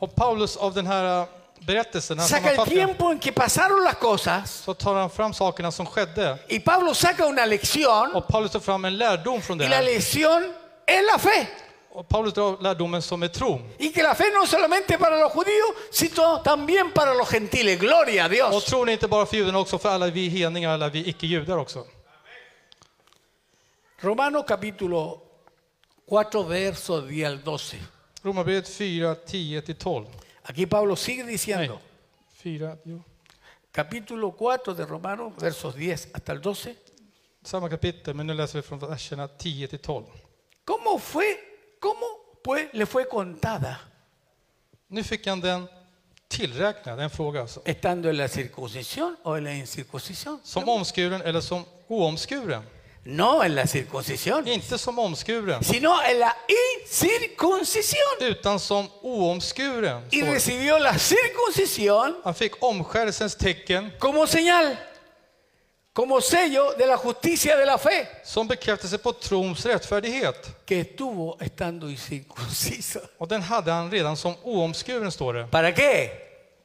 S2: Och Paulus av den här äh, berättelsen, den här
S1: saca el
S2: sammanfattningen,
S1: tiempo en que pasaron las cosas
S2: så tar han fram sakerna som skedde.
S1: y Pablo saca una lección
S2: Och Paulus tar fram en lärdom från det
S1: Y la
S2: här.
S1: lección es la fe.
S2: Och Paulus drar lärdomen som är tron.
S1: Y que la fe no es solamente para los judíos, sino también para los gentiles. Gloria a
S2: Och
S1: Dios.
S2: tron är inte bara för judarna också för alla vi hedningar, alla vi icke-judar också.
S1: Romanos capítulo 4, verso 10 al 12.
S2: Romarbrevet 4, 10-12.
S1: Aquí Pablo sigue
S2: Nej,
S1: diciendo,
S2: 4, jo.
S1: capítulo 4 de Romanos, versos 10 hasta el 12.
S2: Samma kapitel, men nu läser vi från verserna 10-12.
S1: ¿Cómo fue, cómo pues le fue contada
S2: Nu fick han den tillräknad, en fråga alltså.
S1: estando en la circuncisión o en la incircuncisión?
S2: Som omskuren eller som oomskuren?
S1: No en la circuncisión,
S2: Inte som omskuren,
S1: sino en la incircuncisión.
S2: utan som oomskuren.
S1: Y
S2: står det.
S1: recibió la circuncisión
S2: Han fick omskärelsens tecken
S1: como señal, como sello de la justicia de la fe
S2: som bekräftelse på trons rättfärdighet.
S1: que estuvo estando incircunciso.
S2: Och den hade han redan som oomskuren, står det.
S1: ¿Para qué?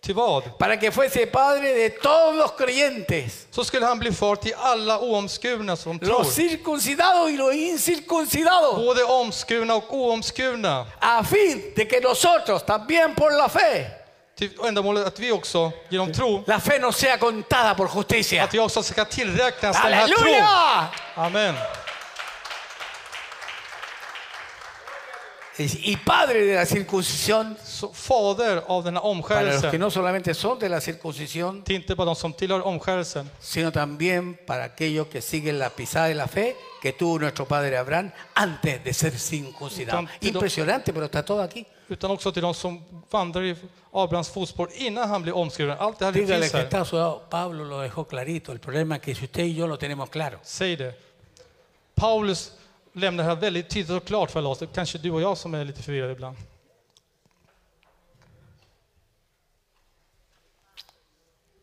S2: Till vad?
S1: para que fuese padre de todos los creyentes,
S2: Så skulle han bli far till alla oomskurna som tror.
S1: los circuncidados y los incircuncidados,
S2: Både omskurna och oomskurna.
S1: a fin de que nosotros también por la fe,
S2: Till ändamålet att vi också genom tro,
S1: la fe no sea contada por justicia.
S2: att vi också ska tillräknas den här tron.
S1: Aleluya.
S2: Amen.
S1: Y padre de la circuncisión,
S2: Så fader av denna
S1: para los que
S2: omskärelse,
S1: no solamente son de la circuncisión,
S2: till inte bara de som tillhör omskärelsen,
S1: sino también para aquellos que siguen la pisada de la fe que tuvo nuestro padre Abraham antes de ser circuncidado.
S2: Tanto-
S1: Impresionante, pero está todo aquí.
S2: utan också till de som vandrar i Abrahams fotspår innan han blev omskuren. Allt det här
S1: Dígale
S2: finns
S1: que
S2: här.
S1: está a su lado. Pablo lo dejó clarito. El problema es que si usted y yo lo tenemos claro.
S2: Säg det. Paulus lämnar här väldigt tydligt och klart för oss. Det är kanske du och jag som är lite förvirrade ibland.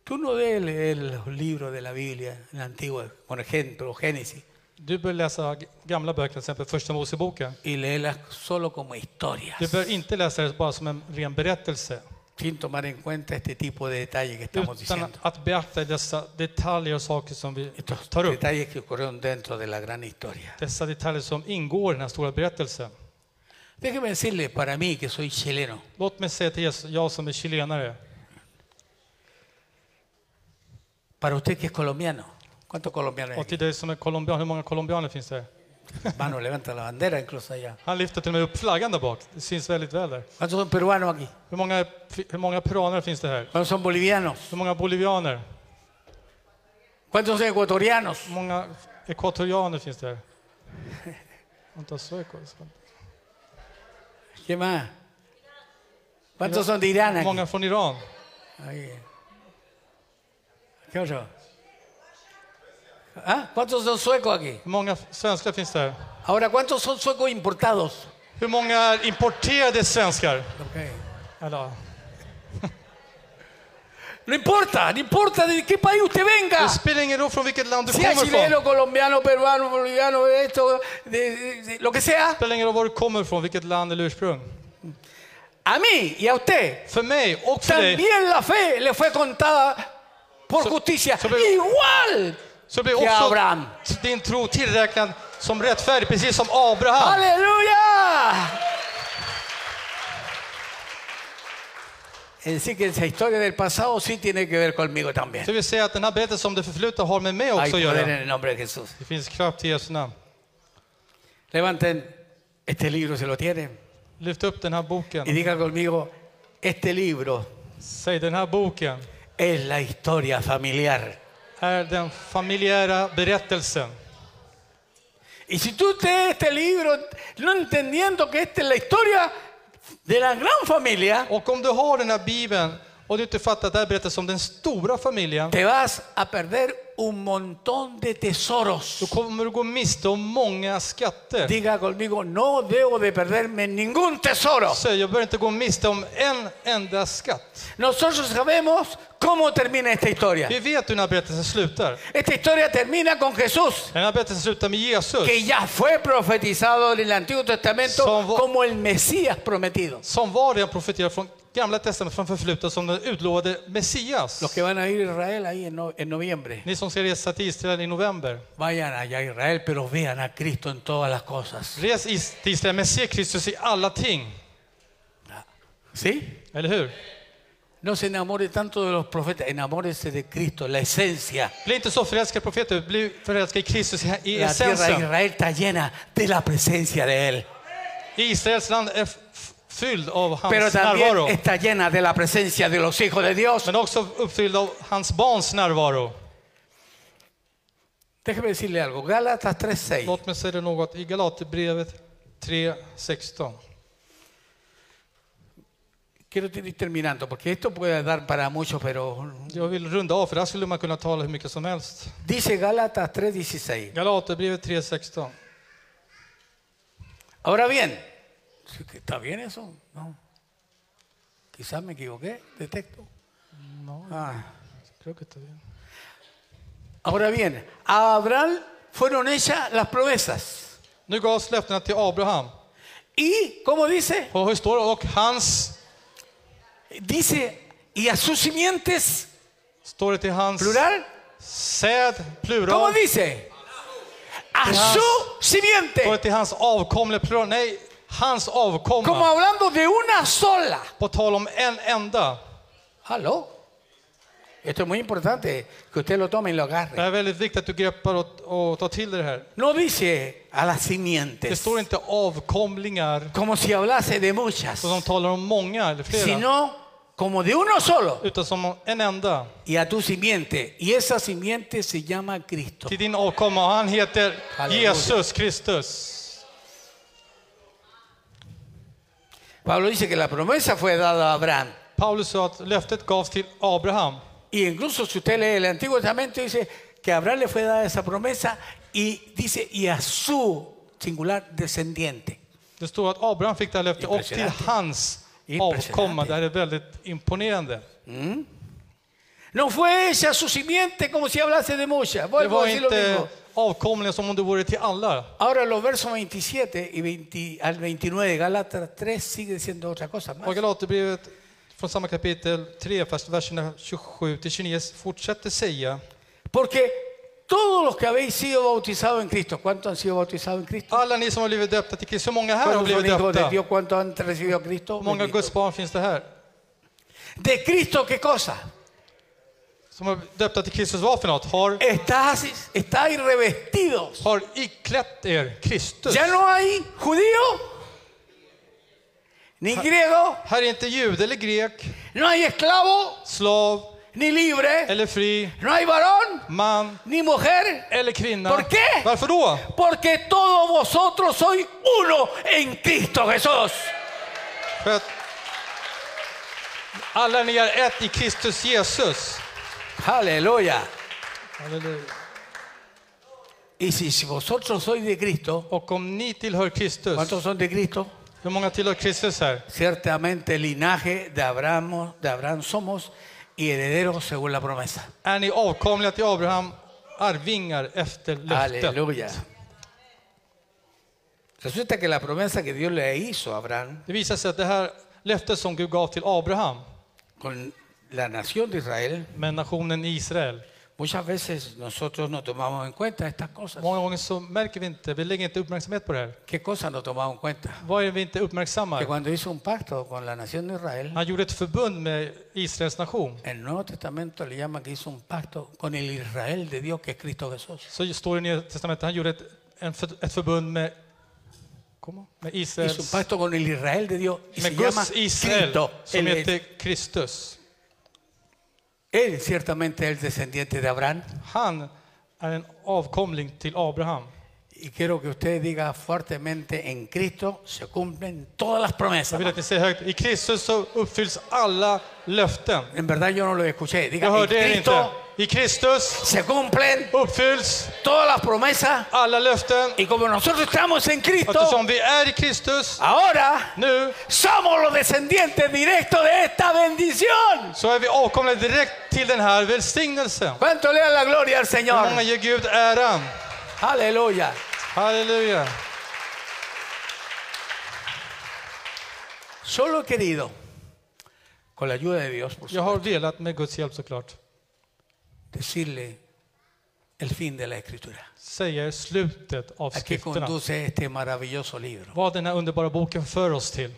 S1: Que uno debe leer los libros de la Biblia, en la antigua, por ejemplo, Génesis,
S2: Du bör läsa g- gamla böcker, till exempel Första Moseboken.
S1: y leerlas solo como historias,
S2: Du bör inte läsa det bara som en ren berättelse.
S1: sin tomar en cuenta este tipo de detalles que estamos
S2: Utan
S1: diciendo.
S2: att beakta dessa detaljer och saker som vi
S1: Estos
S2: tar upp.
S1: detalles que ocurrieron dentro de la gran historia.
S2: Dessa detaljer som ingår i den här stora berättelsen.
S1: Déjeme decirle, para mí, que soy chileno,
S2: Låt mig säga till er, jag som är chilenare,
S1: para usted que es colombiano, ¿cuántos colombianos hay?
S2: och
S1: aquí?
S2: till dig som är colombian, hur många colombianer finns det?
S1: Mano, levanta la bandera incluso allá.
S2: Han lyfter till och med upp flaggan där bak. Det syns väldigt väl där.
S1: ¿Cuántos son peruanos aquí?
S2: Hur många, hur många peruaner finns det här?
S1: ¿Cuántos son bolivianos?
S2: Hur många bolivianer?
S1: ¿Cuántos son ecuatorianos?
S2: Hur många ekvatorianer finns det här? Antal suecos.
S1: ¿Qué más? ¿Cuántos son de Irán
S2: Hur
S1: aquí?
S2: många från Iran?
S1: Ahí. ¿Qué otro? ¿Ah? ¿Cuántos son suecos aquí?
S2: Hur många svenskar finns det här?
S1: Ahora, ¿cuántos son suecos importados?
S2: Hur många är importerade svenskar?
S1: Ok.
S2: Eller, ja.
S1: No importa, no importa de qué país usted venga.
S2: det spelar ingen roll från vilket land du
S1: Sea
S2: kommer ifrån.
S1: chileno,
S2: Det
S1: colombiano, peruano, boliviano, esto, de- de- de- lo que sea.
S2: spelar ingen roll var du kommer ifrån, vilket land eller ursprung.
S1: A mí y a usted
S2: För mig och för dig
S1: También la fe le fue contada por
S2: So-
S1: justicia.
S2: so we-
S1: Igual.
S2: så blir
S1: Ja,
S2: också
S1: Abraham.
S2: din tro tillräknad som rättfärdig, precis som Abraham.
S1: Aleluya. Es decir, que esa historia del pasado sí tiene que ver conmigo también.
S2: Så vi säger att den här berättelsen om det förflutna har med mig
S1: Hay
S2: också att
S1: poder en
S2: göra.
S1: el nombre de Jesús.
S2: Det finns kraft i Jesu namn.
S1: Levanten este libro, se lo tienen,
S2: Lyft upp den här boken.
S1: y digan conmigo, este libro
S2: Säg den här boken
S1: es la historia familiar.
S2: är den familjära berättelsen.
S1: Y si tú lees este libro no entendiendo que esta es la historia de la gran familia,
S2: Och om du har den här bibeln och du inte fattar att det här berättas om den stora familjen,
S1: Te vas a perder un montón de tesoros.
S2: då kommer du gå miste om många skatter.
S1: Diga conmigo, no debo de perderme ningún tesoro.
S2: Så jag bör inte gå miste om en enda skatt.
S1: Nosotros sabemos cómo termina esta historia.
S2: Vi vet hur den här berättelsen slutar.
S1: Esta historia termina con Jesús,
S2: Den här berättelsen slutar med Jesus
S1: que ya fue profetizado en el Antiguo Testamento
S2: Son vo-
S1: como el Mesías prometido.
S2: som var redan profeterad från Gamla Testamentet, från förflutet som den utlovade Messias.
S1: Los que van a ir a Israel ahí en, no- en noviembre,
S2: Ni som ska resa till Israel i november,
S1: vayan allá a Israel, pero vean a Cristo en todas las cosas.
S2: res is- till Israel men se Kristus i alla ting.
S1: ¿Sí?
S2: Eller hur?
S1: No se enamore tanto de los profetas, enamórese de Cristo, la esencia.
S2: Bli inte så förälskad i profeter, bli förälskad i Kristus i- i
S1: La tierra de
S2: essensen.
S1: Israel está llena de la presencia de Él,
S2: Israels land är f- f- fylld av
S1: pero
S2: hans
S1: también
S2: närvaro,
S1: está llena de la presencia de los hijos de Dios.
S2: men också uppfylld av hans barns närvaro.
S1: Déjeme decirle algo, Gálatas 3:6.
S2: Låt mig säga det något i Galaterbrevet 3.16.
S1: Quiero ir terminando, porque esto puede dar para muchos, pero
S2: Jag vill runda av, för där skulle man kunna tala hur mycket som helst.
S1: dice Gálatas 3:16.
S2: Galaterbrevet 3.16.
S1: Ahora bien, ¿está bien eso? No. Quizás me equivoqué de texto. Ah. Ahora bien, a Abraham fueron hechas las promesas.
S2: Nu gavs löftena till Abraham.
S1: Y, ¿cómo dice?
S2: Och hur står det? Och hans...
S1: Dice, y a sus simientes,
S2: Står det till hans
S1: plural,
S2: säd,
S1: ¿cómo
S2: plural?
S1: dice? A
S2: Yes.
S1: su
S2: Står det
S1: simiente,
S2: till hans avkomliga, plural? Nej, hans
S1: como
S2: avkomma.
S1: hablando de una sola.
S2: På tal om en enda.
S1: Aló. Esto es muy importante, que usted lo tome y lo
S2: Det
S1: agarre.
S2: är väldigt viktigt att du greppar och, och tar till dig det här.
S1: No dice a las
S2: Det
S1: simientes,
S2: står inte avkomlingar,
S1: como si hablase de muchas,
S2: och de talar om många eller flera,
S1: sino como de uno solo
S2: utan som om en enda.
S1: y a tu simiente. Y esa simiente se llama Cristo.
S2: Till din avkomma, och han heter
S1: Halleluja.
S2: Jesus Kristus.
S1: Pablo dice que la promesa fue dada a Abraham.
S2: Paulus sa att löftet gavs till Abraham.
S1: Y incluso si usted lee el Antiguo Testamento, dice que a Abraham le fue dada esa promesa y dice, y a su singular descendiente.
S2: Det står att Abraham fick det här löftet och till
S1: Impressionante.
S2: hans
S1: Impressionante.
S2: avkomma. Det här är väldigt imponerande.
S1: No fue ella su simiente como si hablase de muchas.
S2: Det
S1: Vuelvo a
S2: var
S1: decir lo mismo.
S2: inte avkomlingar som om det vore till alla.
S1: Ahora los versos 27 y 20 al 29 de Galatas 3 sigue diciendo otra cosa más.
S2: Och Galaterbrevet från samma kapitel 3, vers- verserna 27 till 29 fortsätter säga
S1: Porque todos los que habéis sido bautizados en Cristo, ¿cuántos han sido bautizados en Cristo?
S2: Alla ni som har blivit döpta till Kristus, hur många här har
S1: ¿Cuántos son
S2: blivit
S1: hijos de
S2: döpta?
S1: Dios? ¿Cuántos han recibido a Cristo?
S2: Hur många
S1: Bendito.
S2: Guds barn finns det här?
S1: ¿De Cristo qué cosa?
S2: Som har döpta till Kristus vad för något? Har,
S1: Estás, estáis revestidos.
S2: har iklätt er Kristus.
S1: Ya no hay judío, ni griego,
S2: Här är inte jude eller grek,
S1: no hay esclavo,
S2: slav
S1: ni libre,
S2: eller fri,
S1: no hay varón,
S2: man
S1: ni mujer,
S2: eller kvinna.
S1: Por qué?
S2: Varför då?
S1: porque todos vosotros sois uno en Cristo Jesús.
S2: För att alla ni är ett i Kristus Jesus.
S1: Aleluya.
S2: Halleluja.
S1: Y si, si vosotros sois de Cristo,
S2: Och om ni tillhör Kristus,
S1: ¿cuántos son de Cristo?
S2: hur många tillhör Kristus här?
S1: Ciertamente linaje de Abraham, de Abraham somos y herederos según la promesa.
S2: Är ni avkomliga till Abraham, arvingar efter löftet?
S1: Aleluya. Resulta que la promesa que Dios le hizo a Abraham
S2: Det visar sig att det här löftet som Gud gav till Abraham
S1: con la nación de Israel,
S2: med nationen Israel.
S1: muchas veces nosotros no tomamos en cuenta estas cosas.
S2: Många gånger så märker vi inte, vi lägger inte uppmärksamhet på det här.
S1: ¿Qué cosas no tomamos en cuenta?
S2: Vad är det vi inte
S1: Que
S2: uppmärksammar?
S1: cuando hizo un pacto con la nación de Israel,
S2: Han gjorde ett förbund med Israels nation.
S1: el Nuevo Testamento le llama que hizo un pacto con el Israel de Dios, que es Cristo Jesús.
S2: Så står det i Nya Testamentet, han gjorde ett, en, för- ett förbund med, Kom, med
S1: Hizo un
S2: Israels,
S1: pacto con el Israel de Dios y se
S2: med
S1: llama
S2: Guds Israel
S1: Cristo.
S2: som
S1: Él,
S2: heter
S1: es-
S2: Kristus.
S1: él ciertamente es el descendiente de Abraham.
S2: Han är en avkomling till Abraham.
S1: Y quiero que usted diga fuertemente, en Cristo se cumplen todas las
S2: Jag
S1: promesas.
S2: vill att ni säger högt, i Kristus så uppfylls alla löften.
S1: En verdad yo no lo escuché.
S2: Jag
S1: Diga, en
S2: hörde er inte.
S1: Cristo
S2: I Kristus
S1: se cumplen
S2: uppfylls
S1: todas las promesas.
S2: alla löften.
S1: Y como nosotros estamos en Cristo,
S2: Eftersom vi är i Kristus
S1: ahora
S2: nu
S1: somos los descendientes directos de esta bendición.
S2: så är vi avkomna direkt till den här välsignelsen.
S1: ¿Cuánto le da la gloria al
S2: Hur
S1: Señor?
S2: många ger Gud äran?
S1: Aleluya.
S2: Halleluja.
S1: Solo he querido, con la ayuda de Dios, por
S2: Jag har
S1: supuesto,
S2: velat med Guds hjälp såklart
S1: decirle el fin de la Escritura.
S2: säga er slutet av
S1: ¿A qué
S2: skrifterna.
S1: conduce este maravilloso libro?
S2: Vad den här underbara boken för oss till.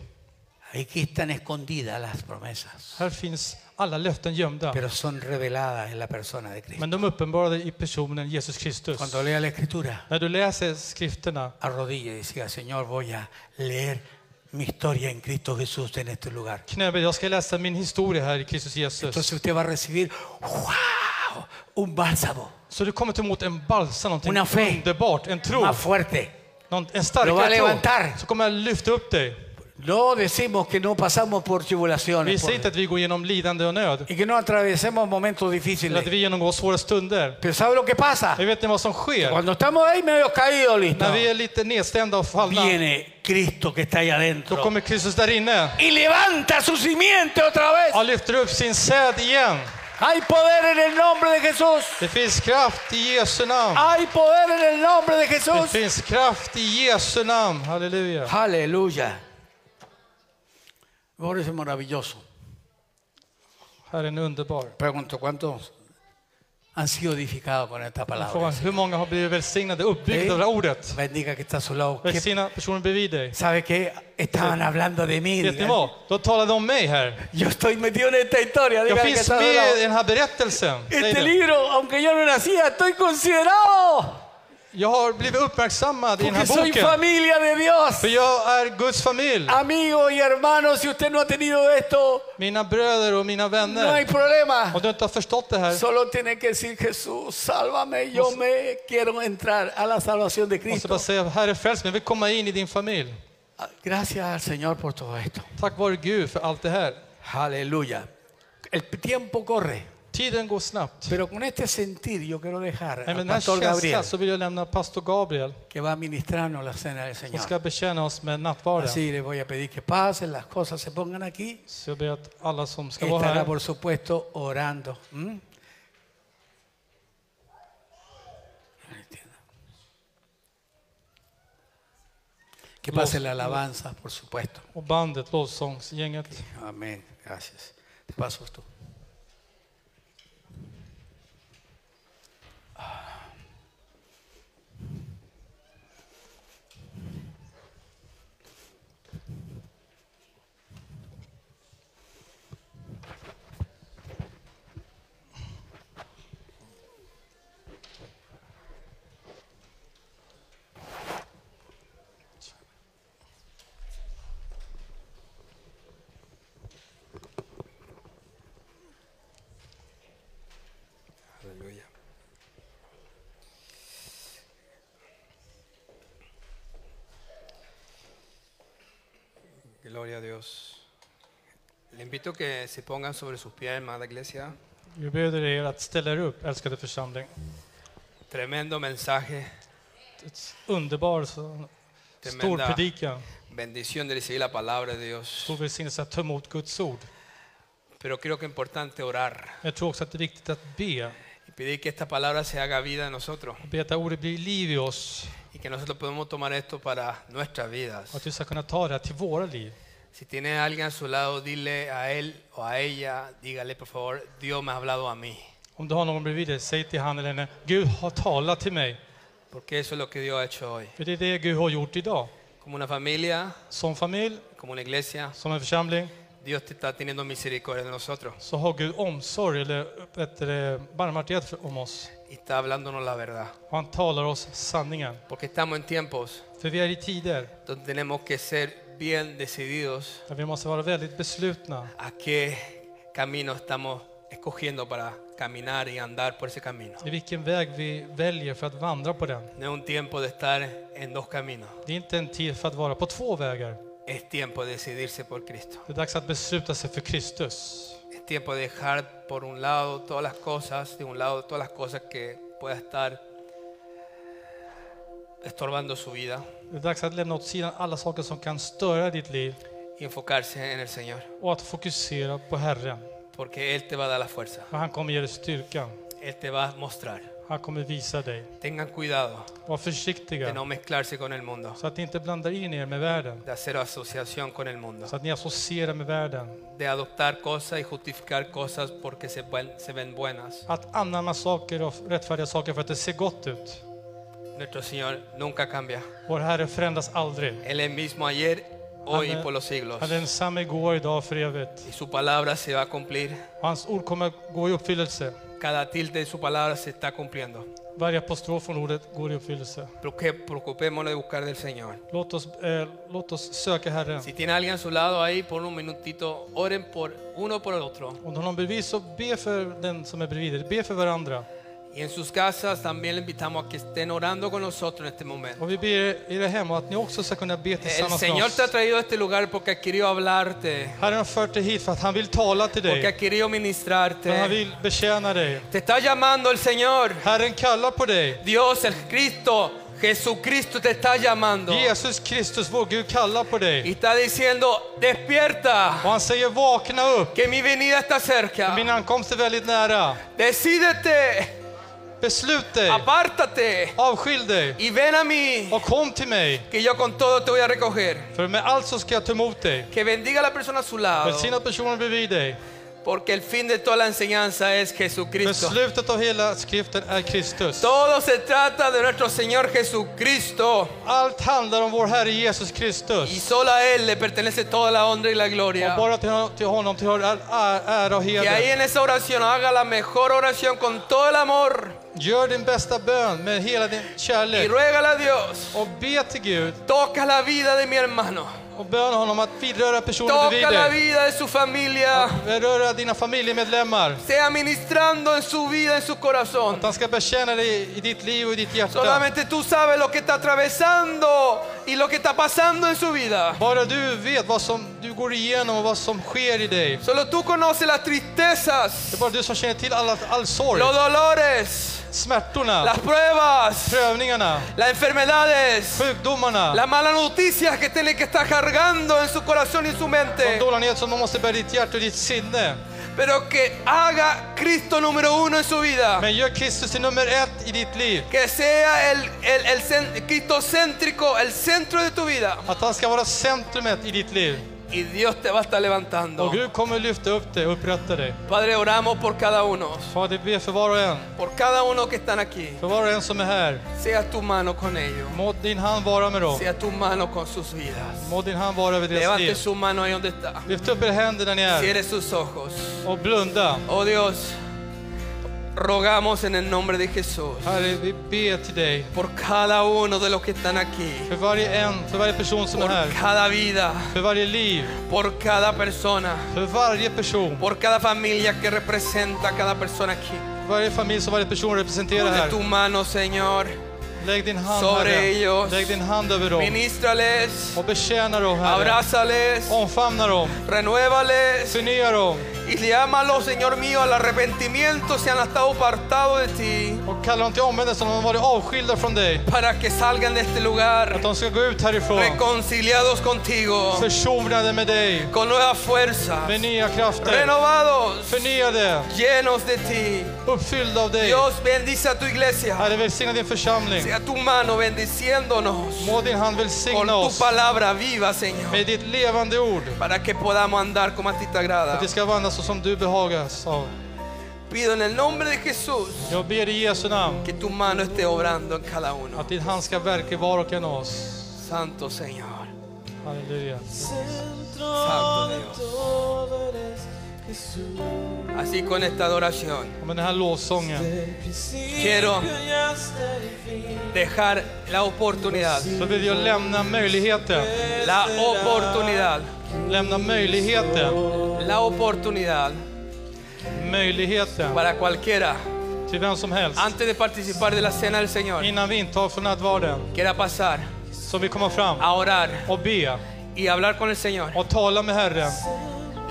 S1: Aquí están escondidas las promesas,
S2: Här finns alla löften gömda.
S1: pero son reveladas en la persona de Cristo.
S2: Men de är uppenbarade i personen Jesus Kristus.
S1: Cuando lea la Escritura,
S2: När du läser skrifterna
S1: arrodille y decía, Señor, voy a leer mi historia en Cristo Jesús en este lugar.
S2: Knöbe, jag ska läsa min historia här i Kristus Jesus.
S1: Entonces usted va a recibir, wow, un bálsamo,
S2: Så du kommer ta emot en balsam, någonting
S1: Una fe.
S2: underbart, en tro,
S1: más fuerte.
S2: någon, en
S1: Lo va a
S2: starkare
S1: levantar.
S2: tro. Så kommer jag lyfta upp dig.
S1: No decimos que no pasamos por
S2: Vi
S1: tribulaciones
S2: säger inte
S1: por-
S2: att vi går igenom lidande och nöd,
S1: y que no atravesemos momentos
S2: eller att vi
S1: difíciles.
S2: genomgår svåra stunder.
S1: Pero ¿sabe lo que pasa?
S2: Men vet ni vad som sker?
S1: Cuando estamos ahí medio caídos, listo.
S2: När vi är lite nedstämda och fallna,
S1: Viene Cristo que está ahí
S2: då
S1: adentro
S2: kommer Kristus där inne
S1: y levanta su simiente otra vez.
S2: och lyfter upp sin säd igen.
S1: Hay poder en el nombre de Jesús.
S2: Det finns kraft i Jesu namn.
S1: Hay poder en el nombre de
S2: Det
S1: Jesús.
S2: finns kraft i Jesu namn. Halleluja.
S1: Aleluya. Por eso es maravilloso.
S2: Herren är underbar.
S1: Pregunto, ¿cuántos han sido edificados con esta
S2: Frågan,
S1: palabra?
S2: hur många har blivit välsignade, uppbyggda av det här ordet?
S1: Bendiga que está a su lado. ¿Qué-
S2: Välsigna personen bredvid dig.
S1: ¿Sabe qué? Estaban hablando de mí.
S2: Vet ni
S1: digan.
S2: vad? De talade om mig här.
S1: Yo estoy metido en esta historia.
S2: Jag
S1: digan que
S2: finns
S1: está a su lado.
S2: med i den här berättelsen. Säg
S1: Este
S2: det.
S1: libro, aunque yo no nacía, estoy considerado
S2: Jag har blivit uppmärksammad i den
S1: porque
S2: här
S1: soy
S2: boken.
S1: familia de Dios.
S2: För jag är Guds familj.
S1: Amigos y hermanos, si usted no ha tenido esto,
S2: Mina bröder och mina
S1: no hay
S2: vänner.
S1: problema.
S2: Om du inte har förstått det här,
S1: Solo tiene que decir Jesús, sálvame, yo me quiero entrar a la salvación de
S2: måste
S1: Cristo.
S2: bara säga Herre fräls mig, jag vill komma in i din familj.
S1: Ah, Gracias al Señor por todo esto.
S2: Tack vare Gud för allt det här.
S1: Aleluya. El tiempo corre,
S2: Tiden går snabbt.
S1: pero con este sentir yo quiero dejar
S2: Men
S1: al
S2: med den här
S1: pastor Gabriel
S2: känslan så vill jag lämna pastor Gabriel
S1: que va a ministrarnos la cena del
S2: som
S1: Señor.
S2: ska betjäna oss med nattvarden.
S1: Así le voy a pedir que pasen, las cosas se pongan aquí.
S2: Så jag ber att alla som ska vara
S1: Estará,
S2: här,
S1: por supuesto, orando. ¿Mm? Que pase la alabanza, por supuesto.
S2: och bandet, lovsångsgänget.
S1: Amén. Gracias. Te paso tú. Aleluya.
S3: Gloria a Dios. Le invito que se pongan sobre sus pies, hermana iglesia.
S2: Jag bjuder er att ställa er upp, älskade församling.
S3: Tremendo mensaje,
S2: Ett underbar, så- stor
S3: Tremenda.
S2: predikan.
S3: bendición de recibir la palabra de Dios.
S2: Stor välsignelse att ta emot Guds ord.
S3: Pero creo que es importante orar
S2: Men jag tror också att det är viktigt att be.
S3: y pedir que esta palabra se haga vida en nosotros
S2: Be att det här ordet blir liv i oss.
S3: y que nosotros podemos tomar esto para nuestras vidas.
S2: Och att vi ska kunna ta det här till våra liv.
S3: Si tiene a alguien a su lado, dile a él o a ella, dígale por favor, Dios me ha hablado a mí.
S2: Om du har någon bredvid dig, säg till han eller henne, Gud har talat till mig.
S3: Porque eso es lo que Dios ha hecho hoy.
S2: För det är det Gud har gjort idag.
S3: Como una familia,
S2: Som familj,
S3: como una iglesia,
S2: som en församling,
S3: Dios te está teniendo misericordia de nosotros
S2: så har Gud omsorg eller bättre barmhärtighet för- om oss.
S3: y está hablándonos la verdad.
S2: Och han talar oss sanningen.
S3: Porque estamos en tiempos
S2: För vi är i tider
S3: donde tenemos que ser bien decididos
S2: där vi måste vara väldigt beslutna.
S3: a qué camino estamos escogiendo para caminar y andar por ese camino.
S2: I vilken väg vi väljer för att vandra på den.
S3: No es un tiempo de estar en dos caminos,
S2: Det är inte en tid för att vara på två vägar.
S3: es tiempo de decidirse por Cristo.
S2: Det är dags att besluta sig för Kristus.
S3: Es tiempo de dejar por un lado todas las cosas, de un lado todas las cosas que pueda estar estorbando su vida
S2: Det är dags att lämna åt sidan alla saker som kan störa ditt liv
S3: y enfocarse en el Señor,
S2: och att fokusera på Herren.
S3: porque Él te va a dar la fuerza,
S2: För han kommer ge dig styrkan.
S3: Él te va a mostrar.
S2: Han kommer visa dig.
S3: Tengan cuidado
S2: Var
S3: de no
S2: försiktiga
S3: mezclarse con el mundo,
S2: så att ni inte blandar in er med världen.
S3: de hacer asociación con el mundo.
S2: Så att ni associerar med världen.
S3: de adoptar cosas y justificar cosas porque se, ven- se ven buenas.
S2: Att anamma saker och rättfärdiga saker för att det ser gott ut.
S3: Nuestro Señor nunca cambia.
S2: Vår Herre förändras aldrig.
S3: Él es mismo ayer, hoy
S2: Amén.
S3: y por los siglos.
S2: Han är densamme igår, idag, för evigt.
S3: Y su palabra se va a cumplir.
S2: Hans ord kommer att gå i uppfyllelse.
S3: Cada tilde de su palabra se está cumpliendo.
S2: Varje apostrof från ordet går i uppfyllelse.
S3: Preocu- Preocupémonos de buscar del Señor.
S2: Låt oss, eh, låt oss söka Herren.
S3: Si tiene alguien a su lado ahí, por un minutito, oren por uno por el otro.
S2: Om du har någon bredvid så be för den som är bredvid dig. Be för varandra.
S3: Y en sus casas también le invitamos a que estén orando con nosotros en este momento.
S2: Och vi ber er i det hemma att ni också ska kunna be
S3: El
S2: tillsammans med
S3: Eh, Señor
S2: oss.
S3: te ha traído a este lugar porque ha querido hablarte,
S2: Herren har fört dig hit för att han vill tala till
S3: porque ha
S2: dig.
S3: querido
S2: För han
S3: ministrarte.
S2: vill betjäna dig.
S3: Te está llamando el Señor.
S2: Herren kallar på dig.
S3: Dios, el Cristo, Jesucristo te está llamando.
S2: Jesus Kristus, vår Gud, kallar på
S3: Y
S2: dig.
S3: está diciendo, despierta,
S2: Och han säger vakna upp.
S3: que mi venida está cerca.
S2: Min ankomst är väldigt nära.
S3: Decídete,
S2: Beslut dig.
S3: apártate
S2: Avskilj dig.
S3: y ven a mí,
S2: Och kom till mig.
S3: que yo con todo te voy a recoger.
S2: För med allt så ska jag ta emot dig.
S3: Que bendiga a la persona a su lado.
S2: Pues Välsigna personen bredvid dig.
S3: Porque el fin de toda la enseñanza es Jesucristo.
S2: För slutet av hela skriften är Kristus.
S3: Todo se trata de nuestro Señor Jesucristo.
S2: Allt handlar om vår Herre Jesus Kristus.
S3: Y solo a Él le pertenece toda la honra y la
S2: Och
S3: gloria.
S2: bara till honom, till honom tillhör all ä- ära och
S3: Y ahí
S2: heder.
S3: en esa oración haga la mejor oración con todo el amor.
S2: Gör din bästa bön med hela din
S3: Y
S2: kärlek.
S3: ruégale a Dios.
S2: Och be till Gud
S3: Toca la vida de mi hermano.
S2: och bön honom att vidröra personer vid
S3: Toca la
S2: dig.
S3: vida de su familia.
S2: Beröra dina familjemedlemmar.
S3: Sea ministrando en su vida, en su corazón.
S2: Att han ska bekänna dig i ditt liv och i ditt hjärta.
S3: Solamente tú sabes lo que está atravesando y lo que está pasando en su vida.
S2: Bara du vet vad som du går igenom och vad som sker i dig.
S3: Solo tú conoces las tristezas,
S2: Det är bara du som känner till all, all sorg,
S3: los dolores,
S2: smärtorna,
S3: las pruebas,
S2: prövningarna,
S3: las enfermedades,
S2: sjukdomarna,
S3: las malas noticias que tienen que estar cargando en su corazón y en su
S2: de
S3: mente.
S2: dåliga nyheter som man måste bära i ditt hjärta och ditt sinne.
S3: Pero que haga Cristo número uno en su vida.
S2: Men gör Kristus till nummer ett i ditt liv.
S3: Que sea el, el, el cen- cristocéntrico, el centro de tu vida.
S2: Att han ska vara centrumet i ditt liv.
S3: Y Dios te va a estar levantando.
S2: Och Gud kommer lyfta upp dig och upprätta dig.
S3: Padre, oramos por cada uno.
S2: Fader, be för var och en,
S3: Por cada uno que están aquí.
S2: för var och en som är här.
S3: Sea tu mano con ellos.
S2: Må din hand vara med dem.
S3: Sea tu mano con sus vidas.
S2: Må din hand vara över deras
S3: Levante
S2: liv.
S3: su mano ahí donde está.
S2: Lyft upp er händer där ni är
S3: Cierre sus ojos.
S2: och blunda.
S3: Oh Dios, rogamos en el nombre de Jesús
S2: Herre, vi ber till dig.
S3: por cada uno de los que están aquí,
S2: För varje en, för varje person som är
S3: por
S2: här.
S3: cada vida,
S2: För varje liv,
S3: por cada persona,
S2: för varje person.
S3: por cada familia que representa a cada persona aquí.
S2: För varje familj som varje person representerar
S3: Pone
S2: här.
S3: tu mano, Señor.
S2: Lägg din hand,
S3: Sobre
S2: Herre.
S3: ellos.
S2: Lägg din hand över dem.
S3: Ministrales,
S2: Och betjäna dem, Herre.
S3: abrázales,
S2: Omfamna dem.
S3: renuévales
S2: Förnya dem.
S3: y llámalos, Señor mío, al arrepentimiento si han estado apartados de ti,
S2: Och kalla dem till omvändelse om de varit avskilda från dig.
S3: para que salgan de este lugar
S2: Att de ska gå ut härifrån.
S3: reconciliados contigo,
S2: Försonade med dig.
S3: con nueva fuerza,
S2: Med nya krafter.
S3: renovados,
S2: Förnyade.
S3: llenos de ti.
S2: Uppfyllda av dig.
S3: Dios bendice a tu iglesia.
S2: Herre, välsigna din församling.
S3: Sea tu mano bendiciéndonos
S2: Må din hand
S3: con
S2: välsigna
S3: tu
S2: oss
S3: palabra viva, Señor,
S2: med ditt levande ord.
S3: para que podamos andar como a ti te agrada.
S2: Att det ska vandra så som du behagas av.
S3: Pido en el nombre de Jesús
S2: Jag ber i Jesu namn
S3: que tu mano esté obrando en cada uno.
S2: att din hand ska verka i var och en av oss.
S3: Santo Señor,
S2: Halleluja.
S3: Santo Dios. Así con esta adoración
S2: Och med den här lovsången
S3: quiero dejar la oportunidad,
S2: så vill jag lämna möjligheten.
S3: la oportunidad,
S2: Lämna möjligheten.
S3: la oportunidad
S2: Möjligheten.
S3: para cualquiera
S2: Till vem som helst.
S3: antes de participar de la cena del Señor,
S2: Innan vi intar från nattvarden.
S3: quiera pasar
S2: Så vi kommer fram
S3: a orar
S2: och be.
S3: y hablar con el Señor,
S2: Och tala med Herren.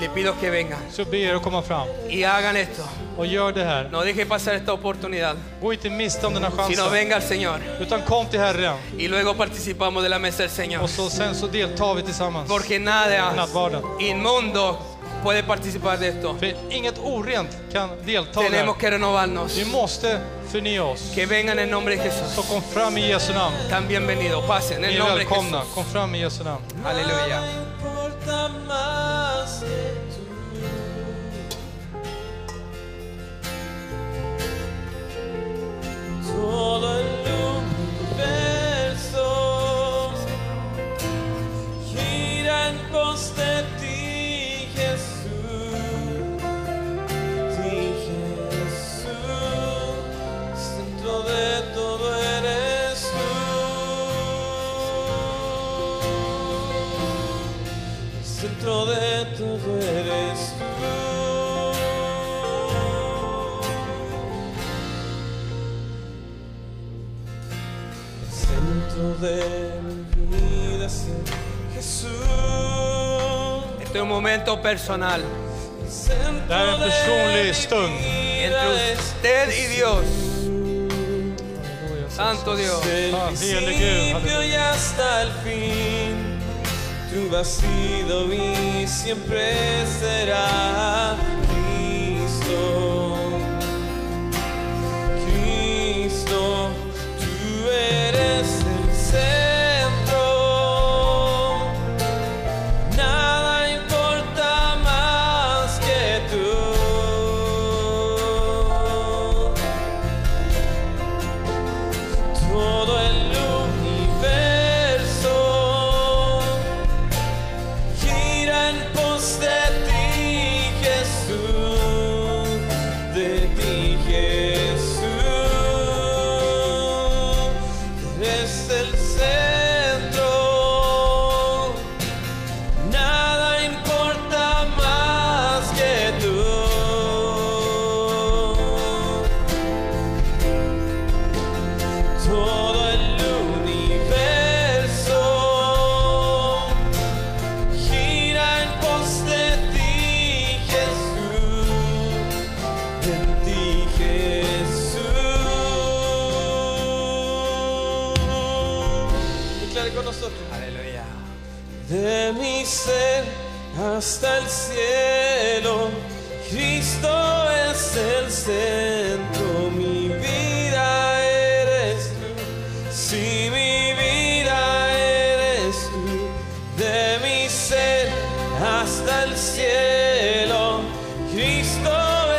S3: le pido que vengan
S2: Så ber jag att komma fram.
S3: y hagan esto.
S2: Och gör det här.
S3: No deje pasar esta oportunidad,
S2: Gå inte miste om den här
S3: sino
S2: chansen.
S3: venga al Señor
S2: Utan kom till Herren.
S3: y luego participamos de la mesa del Señor.
S2: Och så, sen så deltar vi tillsammans.
S3: Porque
S2: i
S3: nada
S2: Nattvarden.
S3: inmundo puede participar de esto.
S2: För inget orent kan delta
S3: Tenemos
S2: där.
S3: que renovarnos.
S2: Vi måste förnya oss.
S3: Que vengan en nombre de Jesús.
S2: Så kom fram i Jesu namn.
S3: Están bienvenidos. Pasen en
S2: Ni
S3: el
S2: är
S3: nombre de Jesús.
S2: välkomna. Kom fram i Jesu namn.
S3: Aleluya.
S4: importa más que tú. Todo el universo gira en pos de ti, Jesús. Ti, Jesús, centro de todo eres tú. El centro de todo eres tú. El centro de mi vida es el Jesús.
S3: Este es un momento personal
S4: El centro
S2: Det här är en personlig stund.
S4: vida
S3: entre
S4: es
S3: usted y Dios. Santo Dios.
S4: Desde
S2: Ah,
S4: el
S2: sí, el de que-
S4: principio y hasta el fin, tú has sido y siempre será Cristo. Cristo, tú eres el centro. Nada importa más que tú. de mi ser hasta el cielo. Cristo es el centro, mi vida eres tú. Si mi vida eres tú, de mi ser hasta el cielo. Cristo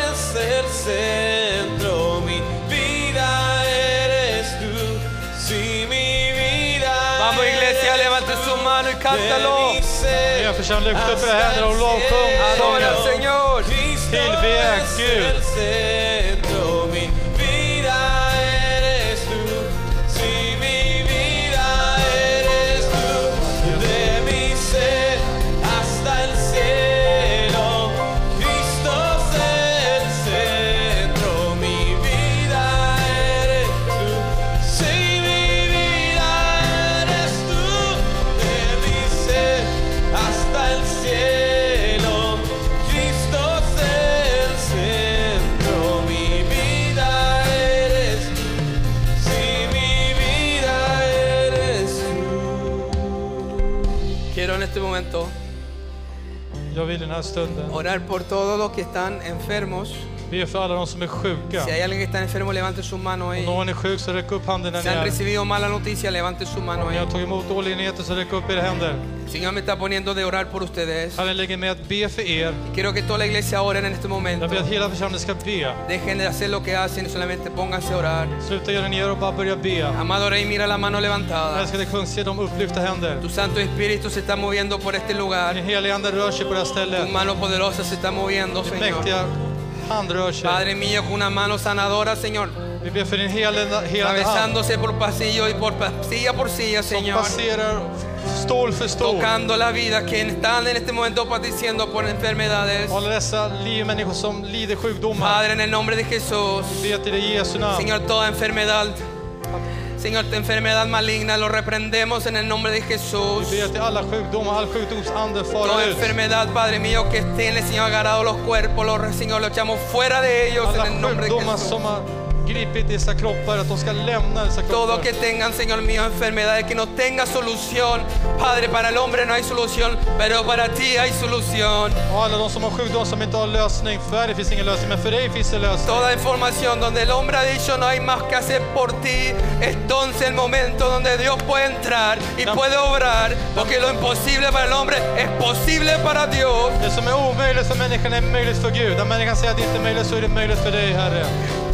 S4: es el centro, mi vida eres tú. Si mi vida
S3: Vamos, iglesia,
S4: eres
S3: levante
S4: tú,
S3: su mano y cántalo.
S4: de mi ser
S2: Ja, församling, lyft upp era händer och lovsjung
S3: Adora
S2: sången.
S3: al Señor.
S4: Cristo
S2: Tillbe
S4: es
S2: Gud.
S4: el centro, mi vida eres tú. Si mi vida eres tú, de mi ser hasta el cielo. Cristo es el centro, mi vida eres tú. Si mi vida eres tú, de mi ser hasta el cielo. Cristo es el centro, mi vida eres tú. Si mi vida eres tú.
S3: Quiero en este momento
S2: Jag vill i den här stunden
S3: orar por todos los que están enfermos.
S2: be för alla de som är sjuka.
S3: Si hay alguien que está enfermo, levante su mano
S2: Om
S3: ahí.
S2: någon är sjuk så räck upp handen där
S3: Si han
S2: ni är.
S3: recibido mala noticia, levante su mano
S2: Om ni
S3: ahí.
S2: har tagit emot dåliga nyheter så räck upp era händer.
S3: El Señor me está poniendo de orar por ustedes.
S2: Herren lägger med att be för er.
S3: Quiero que toda la iglesia ore en este momento.
S2: Jag ber att hela församlingen ska be.
S3: Dejen de hacer lo que hacen y solamente pónganse a orar.
S2: Sluta göra ner och bara börja be.
S3: Amado Rey, mira la mano levantada.
S2: Älskade kung, se de upplyfta händer.
S3: Tu Santo Espíritu se está moviendo por este
S2: Din
S3: lugar.
S2: heliga ande rör sig på det här
S3: Tu
S2: stället.
S3: mano poderosa se está moviendo,
S2: Din
S3: Señor.
S2: mäktiga hand rör sig.
S3: Padre mío, con una mano sanadora, Señor.
S2: Vi ber för din heliga helande hand
S3: Atravesándose por pasillo y por pa- silla por silla,
S2: som
S3: Señor.
S2: passerar stol för stol.
S3: Tocando la vida, que están en este momento padeciendo por enfermedades.
S2: Alla dessa liv, människor som lider sjukdomar.
S3: Padre, en el nombre de Jesús.
S2: Vet i det i Jesu namn.
S3: Señor, toda enfermedad. Señor, toda enfermedad maligna lo reprendemos en el nombre de Jesús.
S2: Vi ber till alla sjukdomar, all sjukdomsande
S3: Toda
S2: fara ut.
S3: enfermedad, Padre mío, que estén, el Señor, agarrado los cuerpos, los, Señor, los echamos fuera de ellos en
S2: Alla
S3: el nombre de
S2: sjukdomar
S3: Jesús.
S2: som har gripit dessa kroppar, att de ska lämna dessa
S3: Todos que
S2: kroppar.
S3: tengan, Señor mío, enfermedades que no tenga solución. Padre, para el hombre no hay solución, pero para ti hay solución.
S2: Och alla de som har sjukdomar som inte har lösning. För dig finns ingen lösning, men för dig finns det lösning.
S3: Toda información donde el hombre ha dicho no hay más que hacer por ti, entonces el momento donde Dios puede entrar y
S2: Dam-
S3: puede obrar, porque lo imposible para el hombre es posible para Dios.
S2: Det som är omöjligt för människan är möjligt för Gud. När människan säger att det inte är möjligt så är det möjligt för dig, Herre.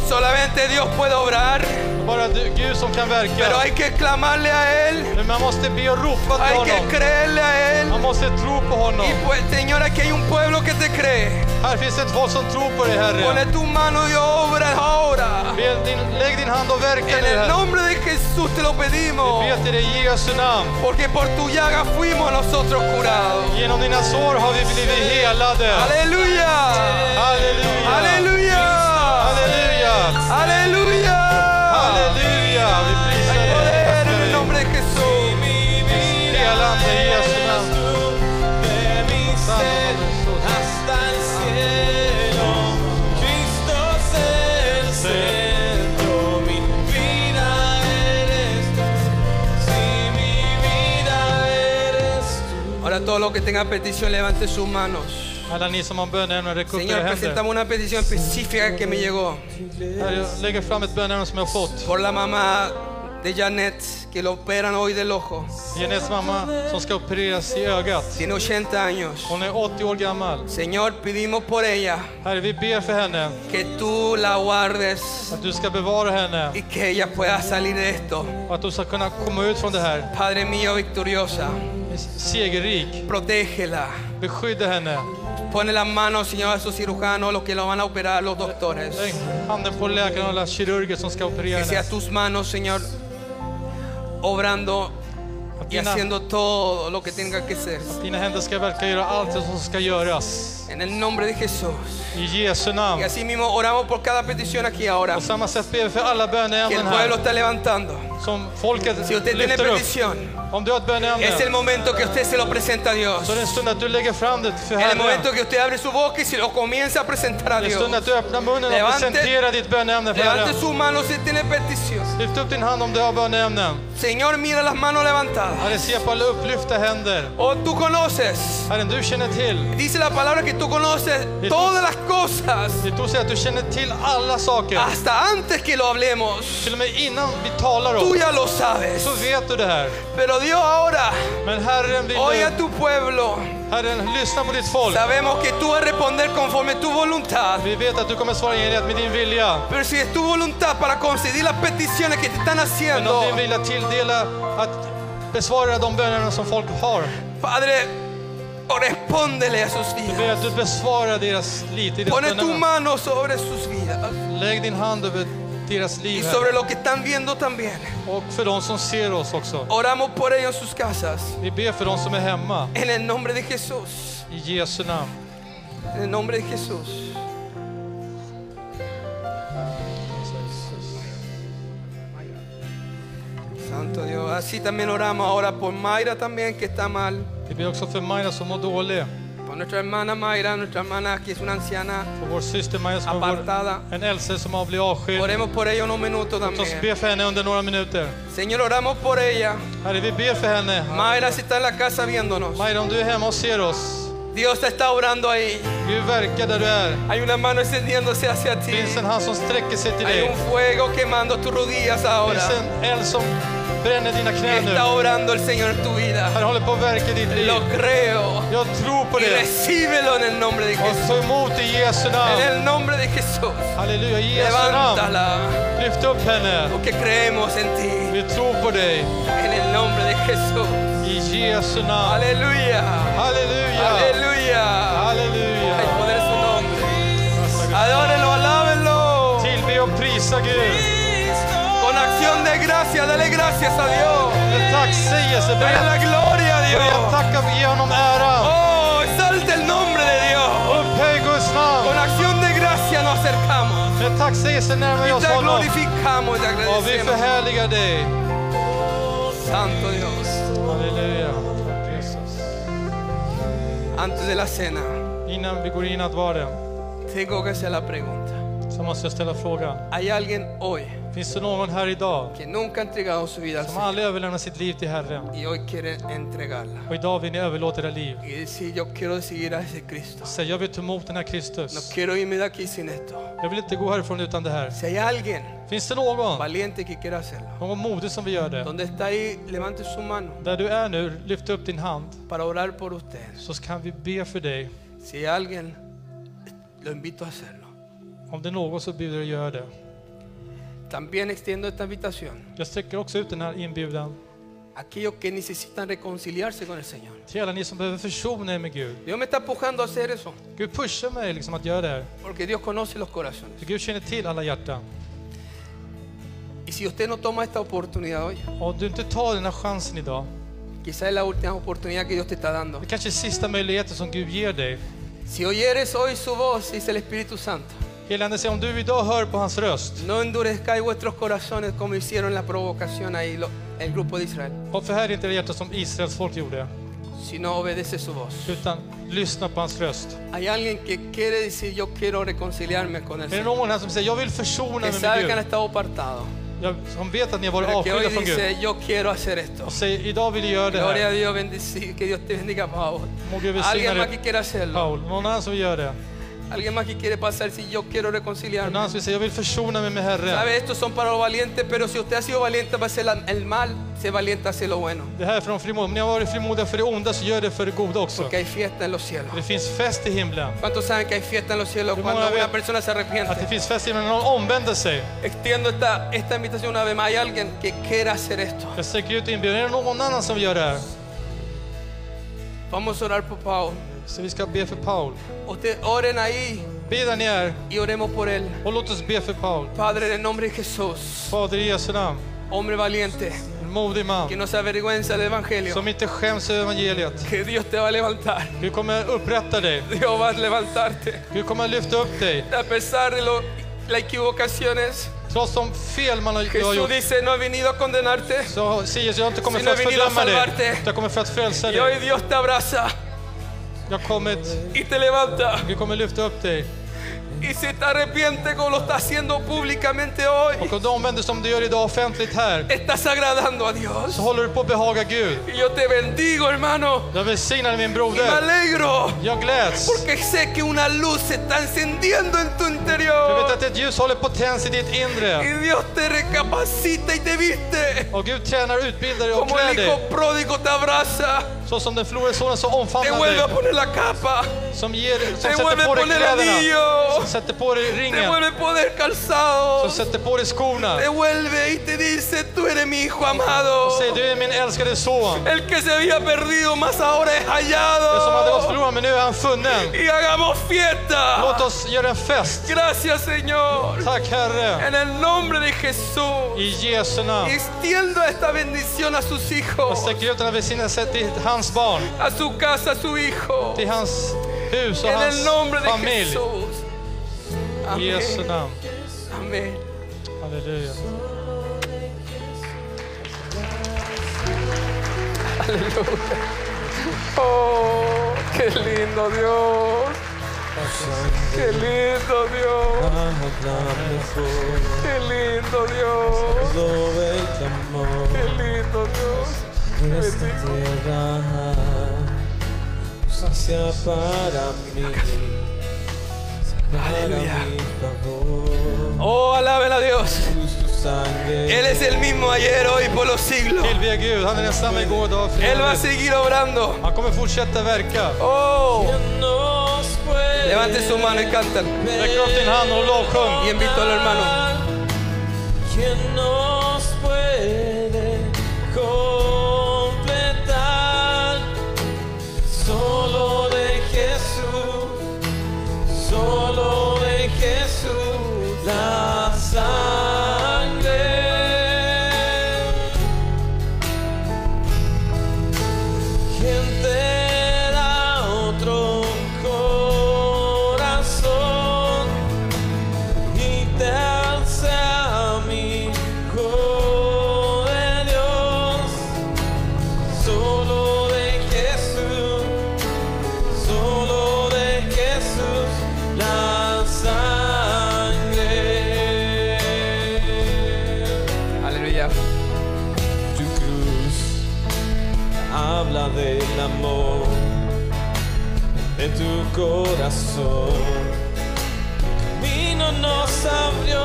S3: Solamente Dios puede obrar,
S2: Bara du, Gud som kan
S3: pero
S2: verka.
S3: hay que clamarle a Él.
S2: Men man måste be och ropa till
S3: Hay que
S2: honom.
S3: creerle a Él.
S2: Man måste tro på honom.
S3: Y pues, Señor, aquí hay un pueblo que te cree.
S2: Här finns ett folk som tror på dig,
S3: Pone
S2: Herre.
S3: tu mano y obra ahora.
S2: Be din, lägg din hand och verka
S3: En
S2: nu,
S3: el
S2: Herre.
S3: nombre de Jesús te lo pedimos.
S2: Vi vet i det i Jesu namn.
S3: Porque por tu llaga fuimos nosotros curados.
S2: Genom dina sår har vi blivit helade.
S3: Aleluya.
S2: Halleluja!
S3: Aleluya.
S2: Halleluja!
S3: Ah. Aleluya.
S2: Halleluja! Vi prisar
S3: Hay
S2: dig.
S3: poder en
S2: tackar
S3: el
S2: dig.
S3: nombre de Jesús.
S2: Helande i Jesu namn.
S4: De mi ser hasta el cielo. Cristo es el centro, mi vida eres tú. Si mi vida eres tú.
S3: Ahora todos los que tengan petición levanten sus manos.
S2: Alla ni som har bönämnen, räck upp era
S3: Señor,
S2: händer.
S3: presentamos una petición específica que me llegó.
S2: Herre, jag lägger fram ett bönämne som jag har fått.
S3: por la mamá de Janet que lo operan hoy del ojo.
S2: Jeanettes mamma som ska opereras i ögat.
S3: Tiene 80 años.
S2: Hon är 80 år gammal.
S3: Señor, pedimos por ella
S2: Herre, vi ber för henne
S3: que tú la guardes
S2: att du ska bevara henne
S3: y que ella pueda salir de esto.
S2: och att hon ska kunna komma ut från det här
S3: Padre mío victoriosa,
S2: segerrik.
S3: protégela.
S2: Beskydda henne.
S3: Pone las manos, Señor, a sus cirujanos, los que lo van a operar, los
S2: Lägg
S3: doctores.
S2: handen på läkaren och alla kirurger som ska operera
S3: Que sea
S2: henne.
S3: tus manos, Señor, obrando
S2: Att
S3: y
S2: dina,
S3: haciendo todo lo que tenga que ser.
S2: dina händer ska verka göra allt det som ska göras. Jesus.
S3: En el nombre de Jesús.
S2: I Jesu
S3: Y
S2: namn.
S3: así mismo oramos por cada petición aquí ahora.
S2: På samma sätt ber vi för alla
S3: Que el
S2: böneämnen
S3: pueblo
S2: här
S3: está levantando.
S2: som folket
S3: Si usted tiene
S2: lyfter upp.
S3: petición,
S2: Om du har ett
S3: es el
S2: böneämne
S3: momento que usted se lo presenta a Dios.
S2: så är det en stund att du lägger fram det för
S3: En el momento
S2: Herren.
S3: que usted abre su boca y se lo comienza a presentar
S2: Det
S3: a
S2: är en
S3: Dios.
S2: stund att du öppnar munnen och
S3: Levante-
S2: presenterar ditt böneämne för
S3: Levante
S2: Herren.
S3: su mano si tiene petición.
S2: Lyft upp din hand om du har böneämnen.
S3: Señor, mira las manos levantadas.
S2: Herre, se på alla upplyfta händer.
S3: O tú conoces.
S2: Herren, du känner till.
S3: Dice la palabra que tú conoces todas las cosas.
S2: Ditt ord säger att du känner till alla saker.
S3: Hasta antes que lo hablemos.
S2: Till och med innan vi talar om
S3: Tú
S2: det,
S3: ya lo sabes.
S2: så vet du det här.
S3: Pero Dios ahora,
S2: Men Herren vill
S3: hoy
S2: nu,
S3: a tu pueblo,
S2: Herren, lyssna på ditt folk.
S3: sabemos que tú vas a responder conforme tu voluntad.
S2: Vi vet att du kommer svara i enlighet med din vilja.
S3: Pero si es tu voluntad para conceder las peticiones que te están
S2: Men om
S3: haciendo,
S2: din vilja tilldela att besvara de bönerna som folk har.
S3: Padre, respóndele a sus
S2: Vi
S3: vidas.
S2: ber att du besvarar deras liv. i deras
S3: Pone tu
S2: bönerna.
S3: mano sobre sus vidas
S2: Lägg din hand över deras
S3: y
S2: liv här.
S3: sobre lo que están viendo también.
S2: och för de som ser oss också.
S3: Oramos por ellos en sus casas.
S2: Vi ber för de som är hemma.
S3: En el nombre de Jesús.
S2: I Jesu namn.
S3: En el nombre de Jesús. Santo Dios. Así también oramos ahora por Mayra también que está mal.
S2: Vi ber också för Maja som mår dålig.
S3: Por nuestra hermana Mayra, nuestra hermana que es una anciana.
S2: För vår syster Maja som är
S3: Apartada.
S2: vår, en äldste som har blivit avskild.
S3: Oremos por ella unos minutos
S2: Låt oss
S3: también.
S2: be för henne under några minuter.
S3: Señor, oramos por ella.
S2: Herre, vi ber för henne.
S3: Mayra si está en la casa viéndonos.
S2: Maja, om du är hemma och ser oss.
S3: Dios te está orando ahí.
S2: Gud verkar där du är.
S3: Hay una mano extendiéndose hacia
S2: Det
S3: ti.
S2: finns en hand som sträcker sig till
S3: Hay un
S2: dig.
S3: fuego quemando tus rodillas
S2: Det finns
S3: ahora.
S2: en eld som bränner dina knän nu.
S3: Está orando el Señor en tu vida.
S2: Herre, håller på att verka i ditt liv.
S3: Lo creo.
S2: Jag tror på
S3: Y
S2: det.
S3: recíbelo en el nombre de
S2: Och
S3: Jesús.
S2: ta emot i Jesu
S3: En
S2: namn.
S3: el nombre de Jesús.
S2: Halleluja, i Jesu namn.
S3: Levántala.
S2: Lyft upp henne.
S3: Porque creemos en ti.
S2: Vi tror på dig.
S3: En el nombre de Jesús.
S2: I Jesu namn.
S3: Aleluya.
S2: Halleluja.
S3: Ah. Aleluya. Hay
S2: Halleluja.
S3: poder en su nombre. Adórenlo, alábenlo.
S2: Tillbe och prisa Gud.
S3: Con acción de gracia, dale gracias a Dios.
S2: Med tacksägelse,
S3: Dale
S2: börja
S3: la gloria a
S2: börja
S3: Dios.
S2: tacka och ge honom ära.
S3: Oh, exalta el nombre de Dios.
S2: Upphöj Guds
S3: Con
S2: namn.
S3: acción de gracia nos acercamos.
S2: Med tacksägelse närmar vi
S3: Y
S2: oss
S3: te
S2: honom.
S3: glorificamos y te
S2: Och vi
S3: agradecemos.
S2: förhärligar dig.
S3: Santo Dios.
S2: Halleluja. Jesus.
S3: Antes de la cena,
S2: Innan vi går in i nattvarden
S3: tengo que hacer la pregunta.
S2: så måste jag ställa frågan.
S3: ¿Hay alguien hoy
S2: Finns det någon här idag
S3: que nunca ha entregado su vida al
S2: som
S3: Señor
S2: aldrig överlämnat sitt liv till Herren?
S3: y hoy quiere entregarla?
S2: Och idag vill ni överlåta era liv.
S3: Y decir, yo quiero seguir a ese Cristo.
S2: Säg, jag vill ta emot den här
S3: No
S2: Kristus.
S3: quiero irme de aquí sin esto.
S2: Jag vill inte gå härifrån utan det här.
S3: Si hay alguien
S2: Finns det någon,
S3: valiente que quiera hacerlo,
S2: någon modig som vill göra det?
S3: donde está ahí, levante su mano
S2: Där du är nu, lyft upp din hand
S3: para orar por usted.
S2: så kan vi be för dig.
S3: Si hay alguien, lo invito a hacerlo.
S2: Om det är någon så bjuder jag dig göra det.
S3: También extiendo esta invitación
S2: Jag sträcker också ut den här inbjudan
S3: a aquellos que necesitan reconciliarse con el Señor.
S2: till alla ni som behöver försona er med Gud.
S3: Dios me está empujando a hacer eso,
S2: Gud pushar mig liksom att göra det här.
S3: porque Dios conoce los corazones.
S2: För Gud känner till alla hjärtan.
S3: Y si usted no toma esta oportunidad hoy,
S2: Om du inte tar den här chansen idag,
S3: quizás es la última oportunidad que Dios te está dando.
S2: det kanske är sista möjligheten som Gud ger dig.
S3: Si oyeres hoy su voz, dice el Espíritu Santo,
S2: Helande säger, om du idag hör på hans röst
S3: no endurezcáis vuestros corazones como hicieron la provocación ahí lo- el grupo de Israel,
S2: och förhärda inte det hjärta som Israels folk gjorde,
S3: sino obedece su voz.
S2: utan lyssna på hans röst.
S3: Hay alguien que quiere decir, yo quiero reconciliarme con el
S2: Är det
S3: Señor,
S2: någon här som säger, jag vill försona
S3: que
S2: mig
S3: sabe
S2: med
S3: que han
S2: Gud?
S3: estado apartados,
S2: Jag, som vet att ni har varit
S3: pero que
S2: avskilda
S3: hoy
S2: från Gud.
S3: dice, yo quiero hacer esto.
S2: Och säger, idag vill jag göra det
S3: Gloria a
S2: här.
S3: Dios, bendici- que Dios te bendiga, Paul.
S2: Må Gud välsigna
S3: Alguien más
S2: dig,
S3: que quiera hacerlo.
S2: Paul. Någon annan som vill göra det.
S3: Alguien más que quiere pasar si yo quiero
S2: Någon
S3: reconciliarme.
S2: annan som vill säga, jag vill försona mig med Herren.
S3: Sabe, estos son para los valientes, pero si usted ha sido valiente para hacer la- el mal, se valiente a hacer lo bueno.
S2: Det här är för de frimodiga. Om ni har varit frimodiga för det onda, så gör det för det goda också.
S3: Porque hay fiesta en los cielos.
S2: Det finns fest i himlen.
S3: ¿Cuántos saben que hay fiesta en los cielos
S2: Yo
S3: cuando
S2: me voy a-
S3: una persona se
S2: Att det
S3: arrepiente?
S2: finns fest i himlen när någon omvänder sig.
S3: Extiendo esta, esta invitación una vez más. Hay alguien que quiera hacer esto.
S2: Jag sträcker ut inbjudan. Är det någon annan som vill göra det här?
S3: Vamos a orar por Paul.
S2: Så vi ska be för Paul.
S3: Ustedes oren ahí
S2: Be där ni är
S3: y oremos por él.
S2: och låt oss be för Paul.
S3: Padre, en el nombre de Jesús,
S2: Fader i Jesu namn,
S3: hombre valiente,
S2: en modig
S3: que
S2: man
S3: no se avergüenza del Evangelio.
S2: som inte skäms över evangeliet.
S3: Que Dios te va a levantar.
S2: Gud kommer upprätta dig.
S3: Dios va a levantarte.
S2: Gud kommer lyfta upp dig.
S3: A pesar de lo- las equivocaciones,
S2: Trots de fel man har, du har
S3: Jesús
S2: gjort
S3: dice, no he venido a condenarte.
S2: så säger jag inte kommer
S3: Si
S2: för
S3: no
S2: att
S3: he venido a
S2: fördöma dig.
S3: salvarte.
S2: utan Jag kommer för att frälsa
S3: Y hoy
S2: dig.
S3: Dios te abraza
S2: Jag har kommit.
S3: y te levanta.
S2: Gud kommer lyfta upp dig.
S3: Y si te arrepientes como lo está haciendo públicamente hoy,
S2: Och om du omvänder som du gör idag offentligt här
S3: estás agradando a Dios.
S2: så håller du på att behaga Gud.
S3: Y yo te bendigo, hermano.
S2: Jag välsignar min
S3: Y me
S2: broder.
S3: alegro
S2: Jag gläds.
S3: porque sé que una luz se está encendiendo en tu
S2: Jag vet
S3: interior.
S2: att ett ljus håller på att tändas i ditt
S3: Y
S2: inre.
S3: Dios te recapacita y te viste.
S2: Och Gud tränar, utbildar dig och
S3: Como
S2: klär
S3: el hijo
S2: dig.
S3: pródigo te abraza,
S2: Så som den förlorade sonen som
S3: te
S2: omfamnar
S3: vuelve a
S2: dig.
S3: poner la capa,
S2: Som, ger, som
S3: te
S2: sätter
S3: vuelve a
S2: på dig
S3: poner el
S2: kläderna.
S3: anillo,
S2: Som sätter på dig
S3: te
S2: ringen.
S3: vuelve a poner
S2: Som
S3: calzado,
S2: sätter på dig skorna.
S3: te vuelve y te dice, tú eres mi hijo amado.
S2: Säg du är min älskade son.
S3: El que se había perdido más ahora es
S2: Den som hade gått
S3: hallado.
S2: förlorad men nu är han funnen.
S3: Y hagamos
S2: Låt
S3: fiesta.
S2: oss göra en fest.
S3: Gracias Señor.
S2: Tack Herre.
S3: En el nombre de Jesús.
S2: I Jesu
S3: Y
S2: namn.
S3: extiendo esta bendición a sus
S2: Jag
S3: hijos,
S2: sträcker ut den här välsignelsen till hans barn.
S3: a su casa, a su hijo.
S2: Till hans hus och
S3: En
S2: hans
S3: el nombre de
S2: familj.
S3: Jesús.
S2: I Jesu
S3: Amén.
S2: namn.
S3: Amén.
S2: Halleluja.
S3: Oh, qué lindo Dios. Qué lindo Dios.
S4: Háblame fuerte,
S3: Qué lindo Dios.
S4: sube el clamor
S3: Qué lindo Dios.
S4: de esta tierra. Usacia para mí, para
S3: Aleluya.
S4: mi favor.
S3: Oh, alaben a Dios.
S4: Tu sangre
S3: Él es el mismo ayer, hoy, por los siglos.
S2: Tillbe Gud. Han är densamme igår, dag och för
S3: Él va a
S2: evigt.
S3: seguir obrando.
S2: Han kommer fortsätta verka.
S3: Oh,
S4: nos puede
S3: levante su mano y cantan.
S2: Räck upp din hand och
S3: Y
S2: lovsjung.
S3: invito al hermano.
S4: ¿Quién nos puede completar? Solo de Jesús, solo de Jesús, la sangre. ¿Quién te da otro corazón? Y te alce a mi hijo de Dios, solo de Jesús, solo de Jesús, la sangre.
S3: Aleluya.
S4: Tu cruz habla del amor de tu corazón. Tu camino nos abrió,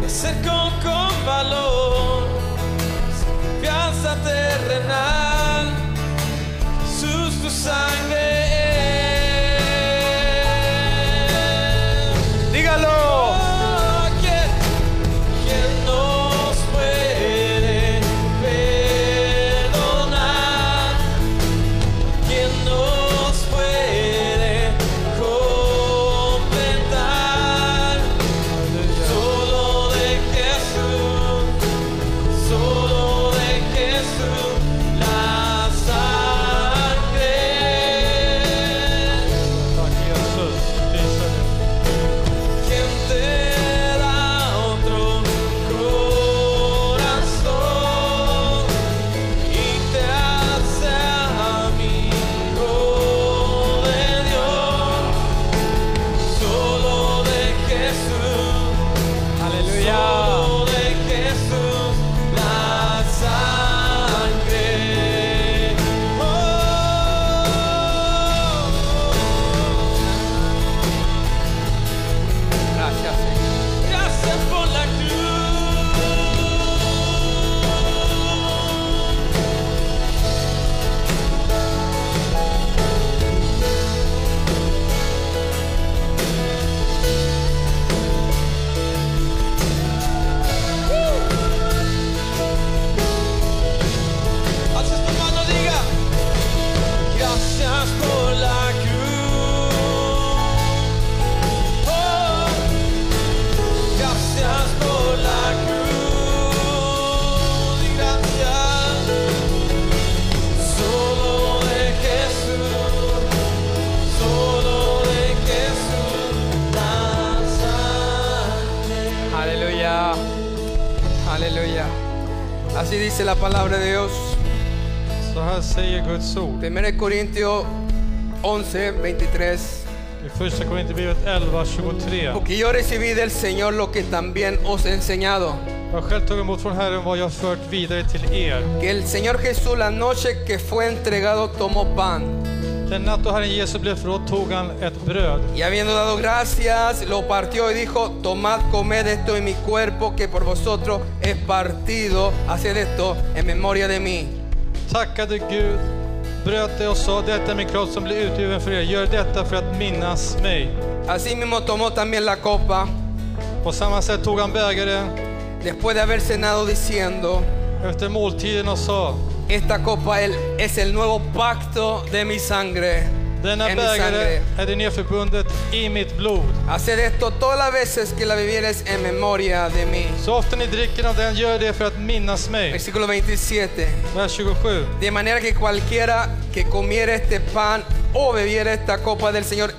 S4: me acercó con valor. Confianza terrenal, Jesús tu sangre.
S3: Dígalo.
S4: ¿Quién, quién nos puede perdonar? ¿Quién nos puede completar? Solo de Jesús, solo de Jesús, la sangre. Oh. Oh.
S3: Así dice la palabra de Dios.
S2: Så här säger Guds ord.
S3: 1 Corintios 11, 23.
S2: I första Korinthierbrevet 11, 23.
S3: Porque yo recibí del Señor lo que también os he enseñado.
S2: Jag har själv tagit emot från Herren vad jag har fört vidare till er.
S3: Que el Señor Jesús la noche que fue entregado tomó pan
S2: Den natt då Herren Jesus blev förrådd tog han ett bröd.
S3: y habiendo dado gracias lo partió y dijo, tomad, comed esto en mi cuerpo que por vosotros es partido, haced esto en memoria de mí.
S2: Tackade Gud, bröt det och sa detta är min kropp som blir utgiven för er. Gör detta för att minnas mig.
S3: Asimismo tomó también la copa
S2: På samma sätt tog han bägaren
S3: después de haber cenado diciendo,
S2: efter måltiden och sa
S3: esta copa el- es el nuevo pacto de mi sangre.
S2: Denna
S3: en mi
S2: bägare
S3: sangre.
S2: är det nya förbundet i mitt blod.
S3: Haced esto todas las veces que la bebieres en memoria de mí.
S2: Så ofta ni dricker av den, gör det för att minnas mig.
S3: Versículo 27.
S2: Vers 27.
S3: De manera que cualquiera que comiera este pan o bebiera esta copa del Señor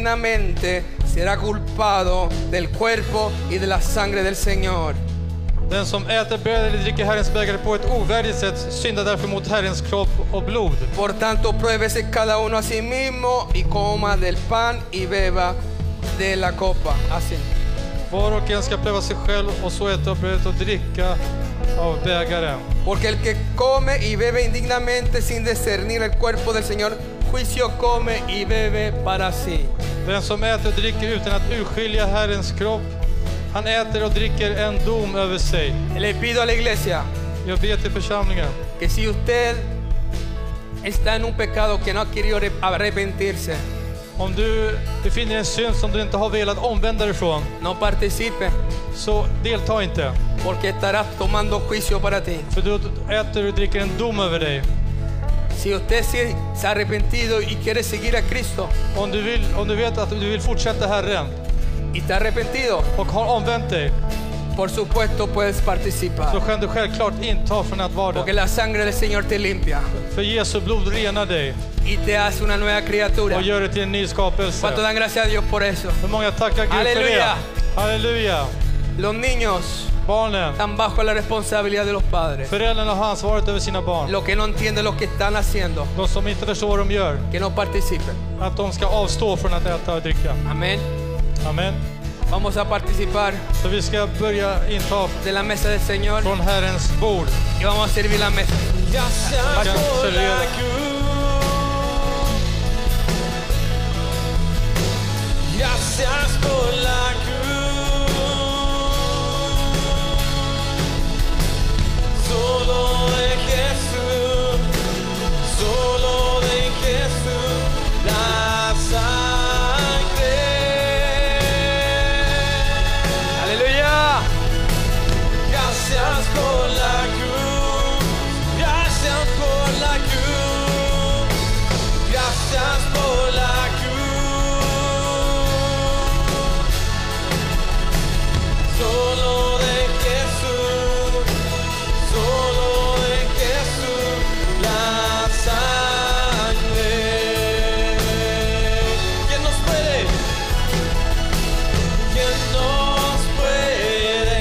S3: indignamente será culpado del cuerpo y de la sangre del Señor.
S2: Den som äter bröd eller dricker Herrens bägare på ett ovärdigt sätt syndar därför mot Herrens kropp och blod.
S3: Por tanto, pruébese cada uno a sí mismo y coma del pan y beba de la copa. Así.
S2: Var och en ska pröva sig själv och så äta av brödet och dricka av bägaren.
S3: Porque el que come y bebe indignamente sin discernir el cuerpo del Señor, juicio come y bebe para sí.
S2: Den som äter och dricker utan att urskilja Herrens kropp, han äter och dricker en dom över sig.
S3: Le pido a la iglesia
S2: Jag ber till församlingen.
S3: que si usted está en un pecado que no ha querido re- arrepentirse,
S2: Om du befinner dig i en synd som du inte har velat omvända dig från,
S3: no participe,
S2: så delta inte.
S3: porque estarás tomando juicio para ti.
S2: För då äter och dricker en dom över dig.
S3: Si usted sí se ha arrepentido y quiere seguir a Cristo
S2: Om du, vill, om du vet att du vill fortsätta Herren
S3: y está arrepentido,
S2: och har omvänt dig,
S3: por supuesto puedes
S2: så
S3: participar,
S2: kan du självklart inta från
S3: porque
S2: nattvarden.
S3: la sangre del Señor te limpia
S2: För Jesu blod renar dig
S3: y te hace una nueva criatura.
S2: och gör dig till en ny
S3: ¿Cuánto
S2: skapelse.
S3: dan gracias a Dios por eso?
S2: Hur många tackar Gud för det?
S3: Halleluja!
S2: Halleluja!
S3: Los niños
S2: Barnen,
S3: están bajo la responsabilidad de los padres.
S2: föräldrarna har ansvaret över sina barn.
S3: Los que no entienden lo que están haciendo,
S2: De som inte förstår vad de gör,
S3: que no participen.
S2: att de ska avstå från att äta och dricka.
S3: Amén.
S2: Amen.
S3: Vamos a participar
S2: Så vi ska börja inta
S3: de la mesa del Señor
S2: från Herrens bord.
S3: y vamos a servir la mesa.
S4: Gracias
S2: Kan
S4: por
S2: servera.
S4: la cruz. Gracias por la cruz. Solo en Jesús, solo en Jesús, la sangre.
S3: Aleluya.
S4: Gracias por la cruz, gracias por la cruz, gracias por la cruz. Solo de Jesús, solo de Jesús, la sangre. ¿Quién nos puede? ¿Quién nos puede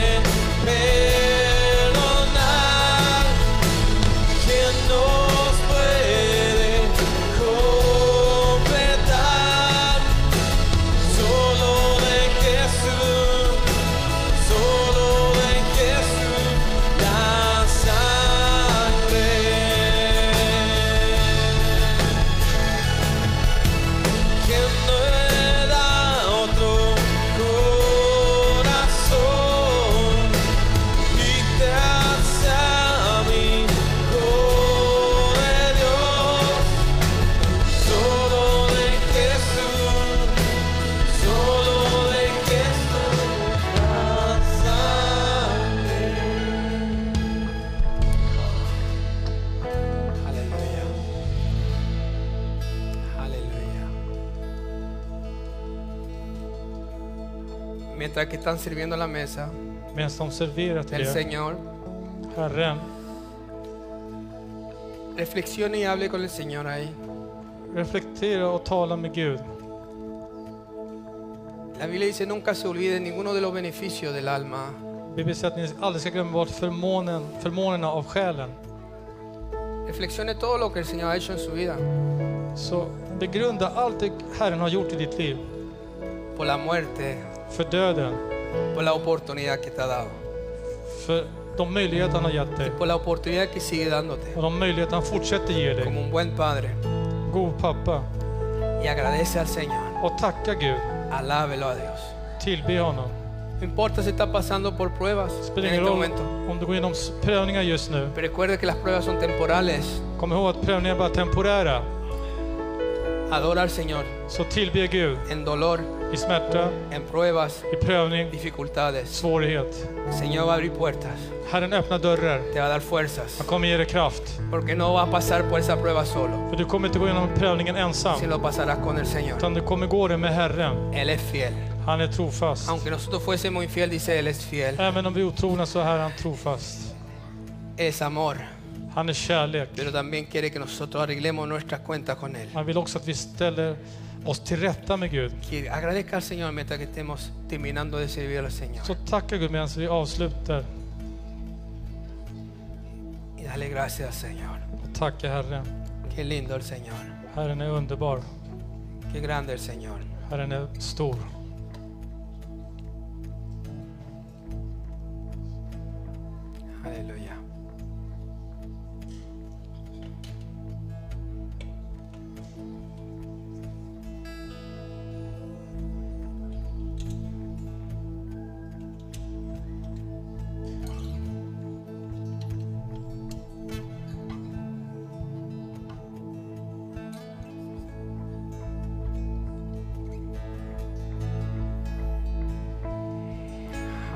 S4: perdonar? ¿Quién nos puede completar? Solo de Jesús, solo de Jesús, la sangre. Que no era otro corazón y te hace amigo de Dios, solo de Jesús, solo de Jesús la sangre.
S3: Aleluya. Aleluya. Mientras que están sirviendo la mesa,
S2: Medan de serverar till
S3: el
S2: er,
S3: Señor
S2: Herren,
S3: reflexione y hable con el Señor ahí.
S2: reflektera och tala med Gud.
S3: La Biblia dice nunca se olvide ninguno de los beneficios del alma.
S2: Bibeln säger att ni aldrig ska glömma bort förmånen, förmånerna av själen.
S3: Reflexione todo lo que el Señor ha hecho en su vida.
S2: Så begrunda allt det Herren har gjort i ditt liv.
S3: Por la muerte,
S2: För döden,
S3: por la oportunidad que te ha dado.
S2: för de möjligheter han har gett dig
S3: Por la oportunidad que sigue dándote.
S2: och de möjligheter han fortsätter ge dig.
S3: Como un buen padre.
S2: God pappa.
S3: Y agradece al Señor.
S2: Och tacka Gud.
S3: Alábelo a Dios.
S2: Tillbe honom.
S3: No importa si está pasando por pruebas en
S2: Spelar
S3: este
S2: ingen roll
S3: momento.
S2: om du går igenom s- prövningar just nu.
S3: Pero recuerde que las pruebas son temporales.
S2: Kom ihåg att prövningar bara är temporära.
S3: Adora al Señor
S2: Så tillbe Gud
S3: en dolor,
S2: i smärta,
S3: en pruebas,
S2: i prövning,
S3: dificultades.
S2: svårighet.
S3: El Señor va a abrir puertas.
S2: Herren öppnar dörrar.
S3: Te va a dar fuerzas.
S2: Han kommer ge dig kraft.
S3: Porque no va a pasar por esa prueba solo.
S2: För du kommer inte gå igenom prövningen ensam.
S3: Sino pasarás con el Señor.
S2: Utan du kommer gå det med Herren.
S3: Él es fiel.
S2: Han är trofast.
S3: Aunque nosotros fuésemos infiel, dice Él es fiel.
S2: Även om vi är otrogna så är han trofast.
S3: Es amor.
S2: Han är kärlek.
S3: Pero también quiere que nosotros arreglemos nuestras cuentas con Él.
S2: Han vill också att vi ställer oss till rätta med Gud.
S3: Que agradezca al Señor mientras que estemos terminando de servir al Señor.
S2: Så tacka Gud medan vi avslutar.
S3: Y dale gracias al Señor.
S2: Och tacka Herren.
S3: Qué lindo el Señor.
S2: Herren är underbar.
S3: Qué grande el Señor.
S2: Herren är stor.
S3: Aleluya.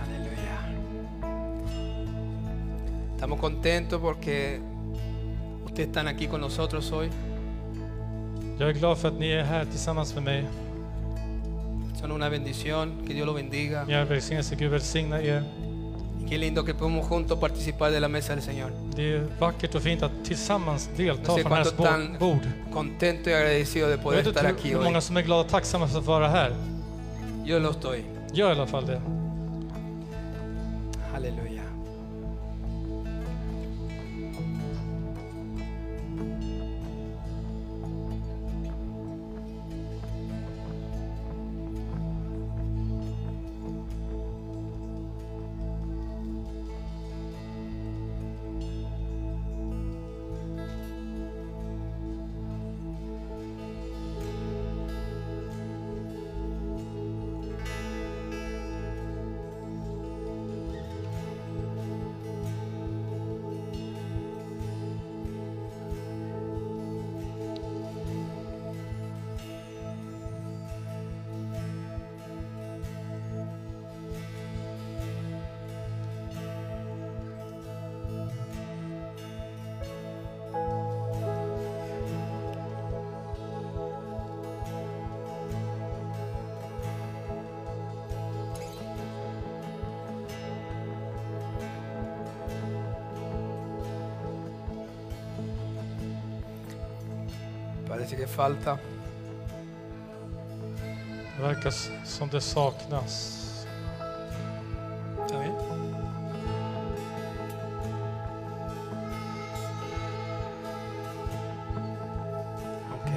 S3: Aleluya. Estamos contentos porque ustedes están aquí con nosotros hoy.
S2: Jag är glad för att ni är här tillsammans med mig.
S3: Son una bendición, que Dios los bendiga.
S2: Ni är en välsignelse. Gud välsigna er.
S3: Y qué lindo que podemos juntos participar de la mesa del Señor.
S2: Det är vackert och fint att tillsammans delta
S3: Jag ser
S2: från Herrens
S3: Pastor Tan-
S2: bo- bord.
S3: Contento y agradecido de
S2: Jag
S3: poder
S2: vet
S3: estar
S2: inte
S3: aquí
S2: hur
S3: hoy.
S2: många som är glada och tacksamma för att vara här.
S3: Yo lo estoy.
S2: Gör i alla fall det.
S3: Aleluya. Parece que falta.
S2: Det verkar s- som det saknas.
S3: ¿Está bien? Ok.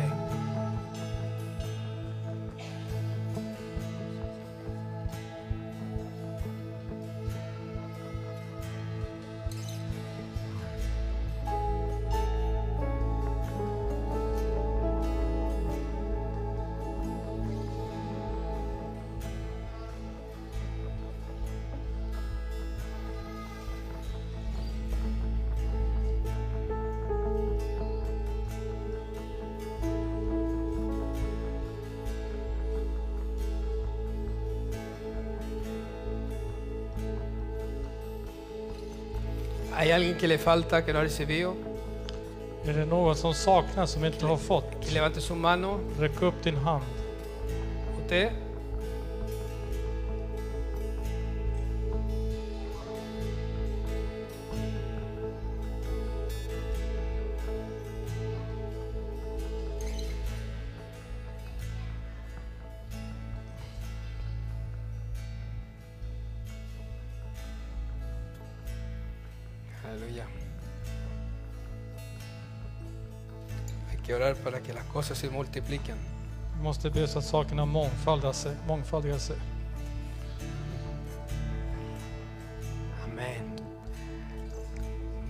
S3: ¿Hay alguien que le falta que no ha recibido?
S2: Är det någon som saknas som inte har fått?
S3: Y levante su mano.
S2: Räck upp din hand.
S3: Usted. Aleluya. Hay que orar para que las cosas se multipliquen.
S2: Vi måste be så att sakerna mångfaldar sig, mångfaldigar sig.
S3: Amén.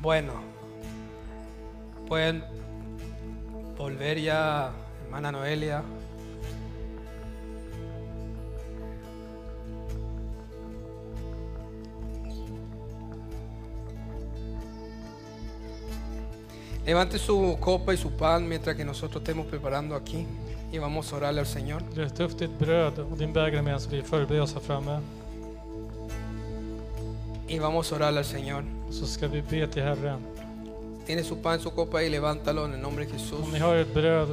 S3: Bueno, pueden volver ya, hermana Noelia. Levante su copa y su pan mientras que nosotros estemos preparando aquí y vamos a orarle al Señor.
S2: Lyft upp ditt bröd och din bägare medan vi förbereder oss här framme.
S3: Y vamos a orarle al Señor.
S2: Så ska vi be till Herren.
S3: Tiene su pan, su copa y levántalo en el nombre de Jesús.
S2: Om ni har ett bröd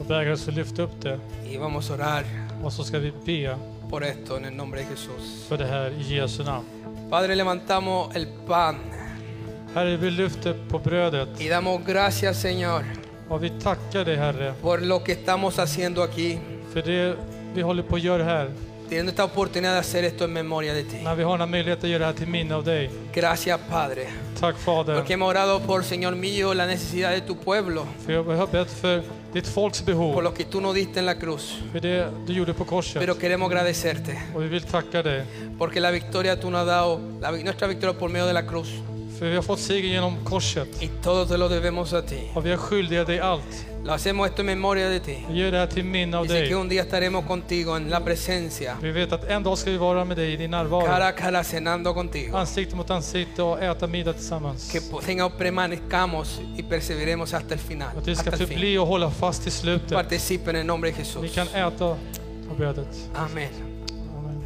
S2: och bägare så lyft upp det.
S3: Y vamos a orar
S2: Och så ska vi be
S3: por esto en el nombre de Jesús.
S2: för det här i Jesu namn.
S3: Padre, levantamos el pan
S2: Herre, vi lyfter på brödet
S3: y damos gracias, Señor,
S2: och vi tackar dig Herre
S3: por lo que estamos haciendo aquí.
S2: för det vi håller på att göra här.
S3: Teniendo esta oportunidad de hacer esto en memoria de ti.
S2: När vi har den här möjligheten att göra det här till minne av dig.
S3: Gracias, Padre.
S2: Tack Fader.
S3: Porque hemos orado por, Señor mío, la necesidad de tu pueblo,
S2: För jag har bett för ditt folks
S3: por
S2: behov.
S3: lo que tú nos diste en la cruz.
S2: För det du gjorde på
S3: Pero
S2: korset.
S3: queremos agradecerte,
S2: Och vi vill tacka dig.
S3: porque la victoria tú nos has dado, la vi- nuestra victoria por medio de la cruz.
S2: För vi har fått seger genom korset.
S3: Y todo te lo debemos a ti.
S2: Och vi är skyldiga dig allt.
S3: Lo hacemos esto en memoria de ti.
S2: Vi gör det här till minne av
S3: Dice
S2: dig.
S3: que un día estaremos contigo en la presencia,
S2: Vi vet att en dag ska vi vara med dig i din
S3: cara
S2: närvaro.
S3: a cara cenando contigo.
S2: Ansikte mot ansikte och äta middag
S3: Que
S2: tillsammans.
S3: Señor permanezcamos y perseveremos hasta el final.
S2: Att vi ska
S3: Hasta el fin.
S2: förbli och hålla fast till slutet.
S3: Participe en el nombre de Jesús.
S2: Ni kan äta av brödet.
S3: Amén.
S2: Amen.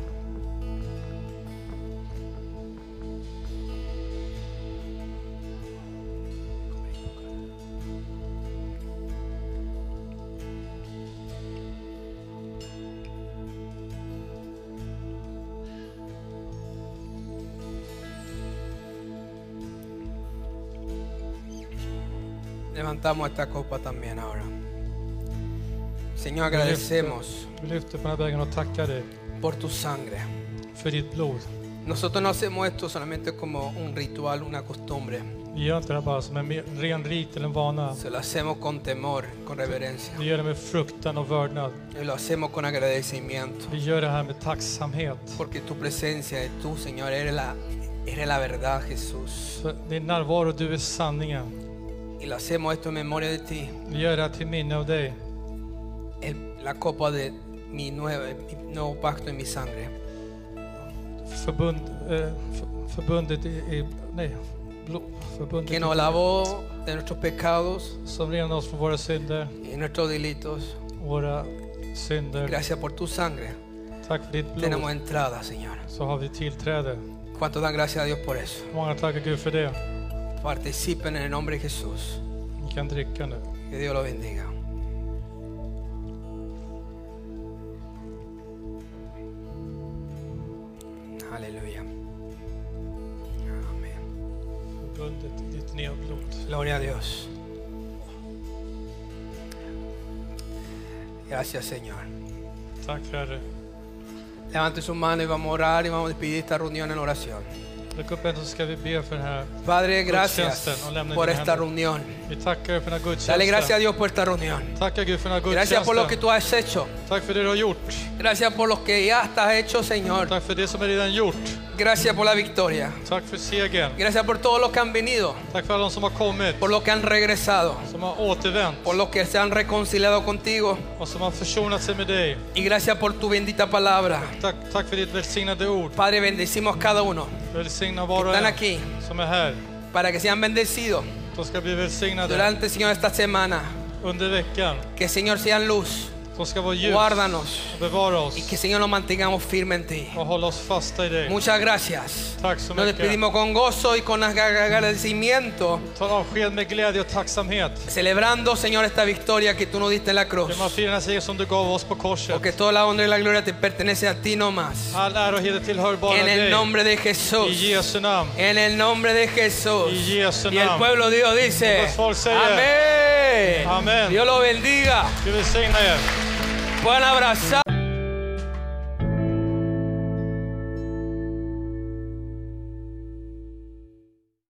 S3: Levantamos esta copa también ahora. Señor,
S2: Vi lyfter-
S3: agradecemos
S2: Vi lyfter på den här vägen och tackar dig
S3: por tu sangre.
S2: för ditt blod.
S3: Nosotros no hacemos esto solamente como un ritual, una costumbre.
S2: Vi gör inte det här bara som en me- ren rit eller en vana.
S3: Se lo hacemos con temor, con reverencia.
S2: Vi gör det med fruktan och vördnad.
S3: Y lo hacemos con agradecimiento.
S2: Vi gör det här med tacksamhet.
S3: Porque tu presencia y tú, Señor, eres la, eres la verdad, Jesús.
S2: För din närvaro, du är sanningen.
S3: Y lo hacemos esto en memoria de ti.
S2: Vi gör det här till minne av dig.
S3: El- la copa de mi nuevo, mi nuevo pacto en mi sangre.
S2: Förbund, eh, f- förbundet i, i nej, blod, förbundet
S3: Que
S2: i,
S3: nos lavó de nuestros pecados
S2: som renar oss från våra synder,
S3: y nuestros delitos.
S2: våra synder.
S3: Gracias por tu sangre.
S2: Tack för ditt
S3: Tenemos
S2: blod.
S3: entrada, Señor.
S2: Så har vi tillträde.
S3: ¿Cuánto dan gracias a Dios por eso?
S2: Många tackar Gud för det.
S3: Participen en el nombre de Jesús.
S2: Ni kan dricka nu.
S3: Que Dios lo bendiga. Aleluya. Amén.
S2: Förbundet i ditt nya blod.
S3: Gloria a Dios. Gracias, Señor.
S2: Tack Herre.
S3: Levante su mano y vamos a orar y vamos a despedir esta reunión en oración.
S2: Räck upp en så ska vi be för den här.
S3: Padre, gracias por esta reunión.
S2: Vi tackar dig för den här
S3: Dale gracias
S2: gudstjänsten.
S3: a Dios por esta reunión.
S2: Tackar Gud för den här
S3: Gracias por lo que
S2: gudstjänsten.
S3: tú has hecho.
S2: Tack för det du har gjort.
S3: Gracias por lo que ya estás hecho, Señor.
S2: Tack för det som är redan gjort.
S3: Gracias por la victoria.
S2: Tack för segern.
S3: Gracias por todos los que han venido,
S2: Tack för alla de som har kommit,
S3: por los que han regresado,
S2: som har återvänt
S3: por los que se han reconciliado contigo.
S2: och som har försonat sig med dig.
S3: Y gracias por tu bendita palabra.
S2: Tack, tack för ditt välsignade ord.
S3: Padre, bendecimos cada uno
S2: Välsigna var och
S3: Están
S2: en
S3: aquí.
S2: som är här.
S3: para que sean bendecidos
S2: De ska bli välsignade
S3: durante, Señor, esta semana.
S2: under veckan.
S3: Que, Señor, sean luz.
S2: De ska vara ljus
S3: Guárdanos.
S2: och bevara
S3: Y
S2: oss
S3: que, Señor, nos mantengamos firmes en ti.
S2: och hålla oss fasta i dig.
S3: Muchas gracias.
S2: Tack så
S3: Nos
S2: mycket.
S3: despedimos con gozo y con agradecimiento,
S2: Tar avsked med glädje och tacksamhet.
S3: celebrando, Señor, esta victoria que tú nos diste en la cruz.
S2: Genom att fira den seger som du gav oss på
S3: Porque
S2: korset.
S3: toda la honra y la gloria te pertenece a ti nomás.
S2: All ära och heder tillhör bara
S3: En el
S2: dig.
S3: nombre de
S2: I
S3: Jesús.
S2: Jesu namn.
S3: En el nombre de Jesús.
S2: Y Jesús
S3: Y el
S2: nam.
S3: pueblo de Dios
S2: Y
S3: dice.
S2: los folk say
S3: Amén.
S2: Amén.
S3: Dios lo bendiga.
S2: Gud välsigna er.
S3: Puedan abrazar.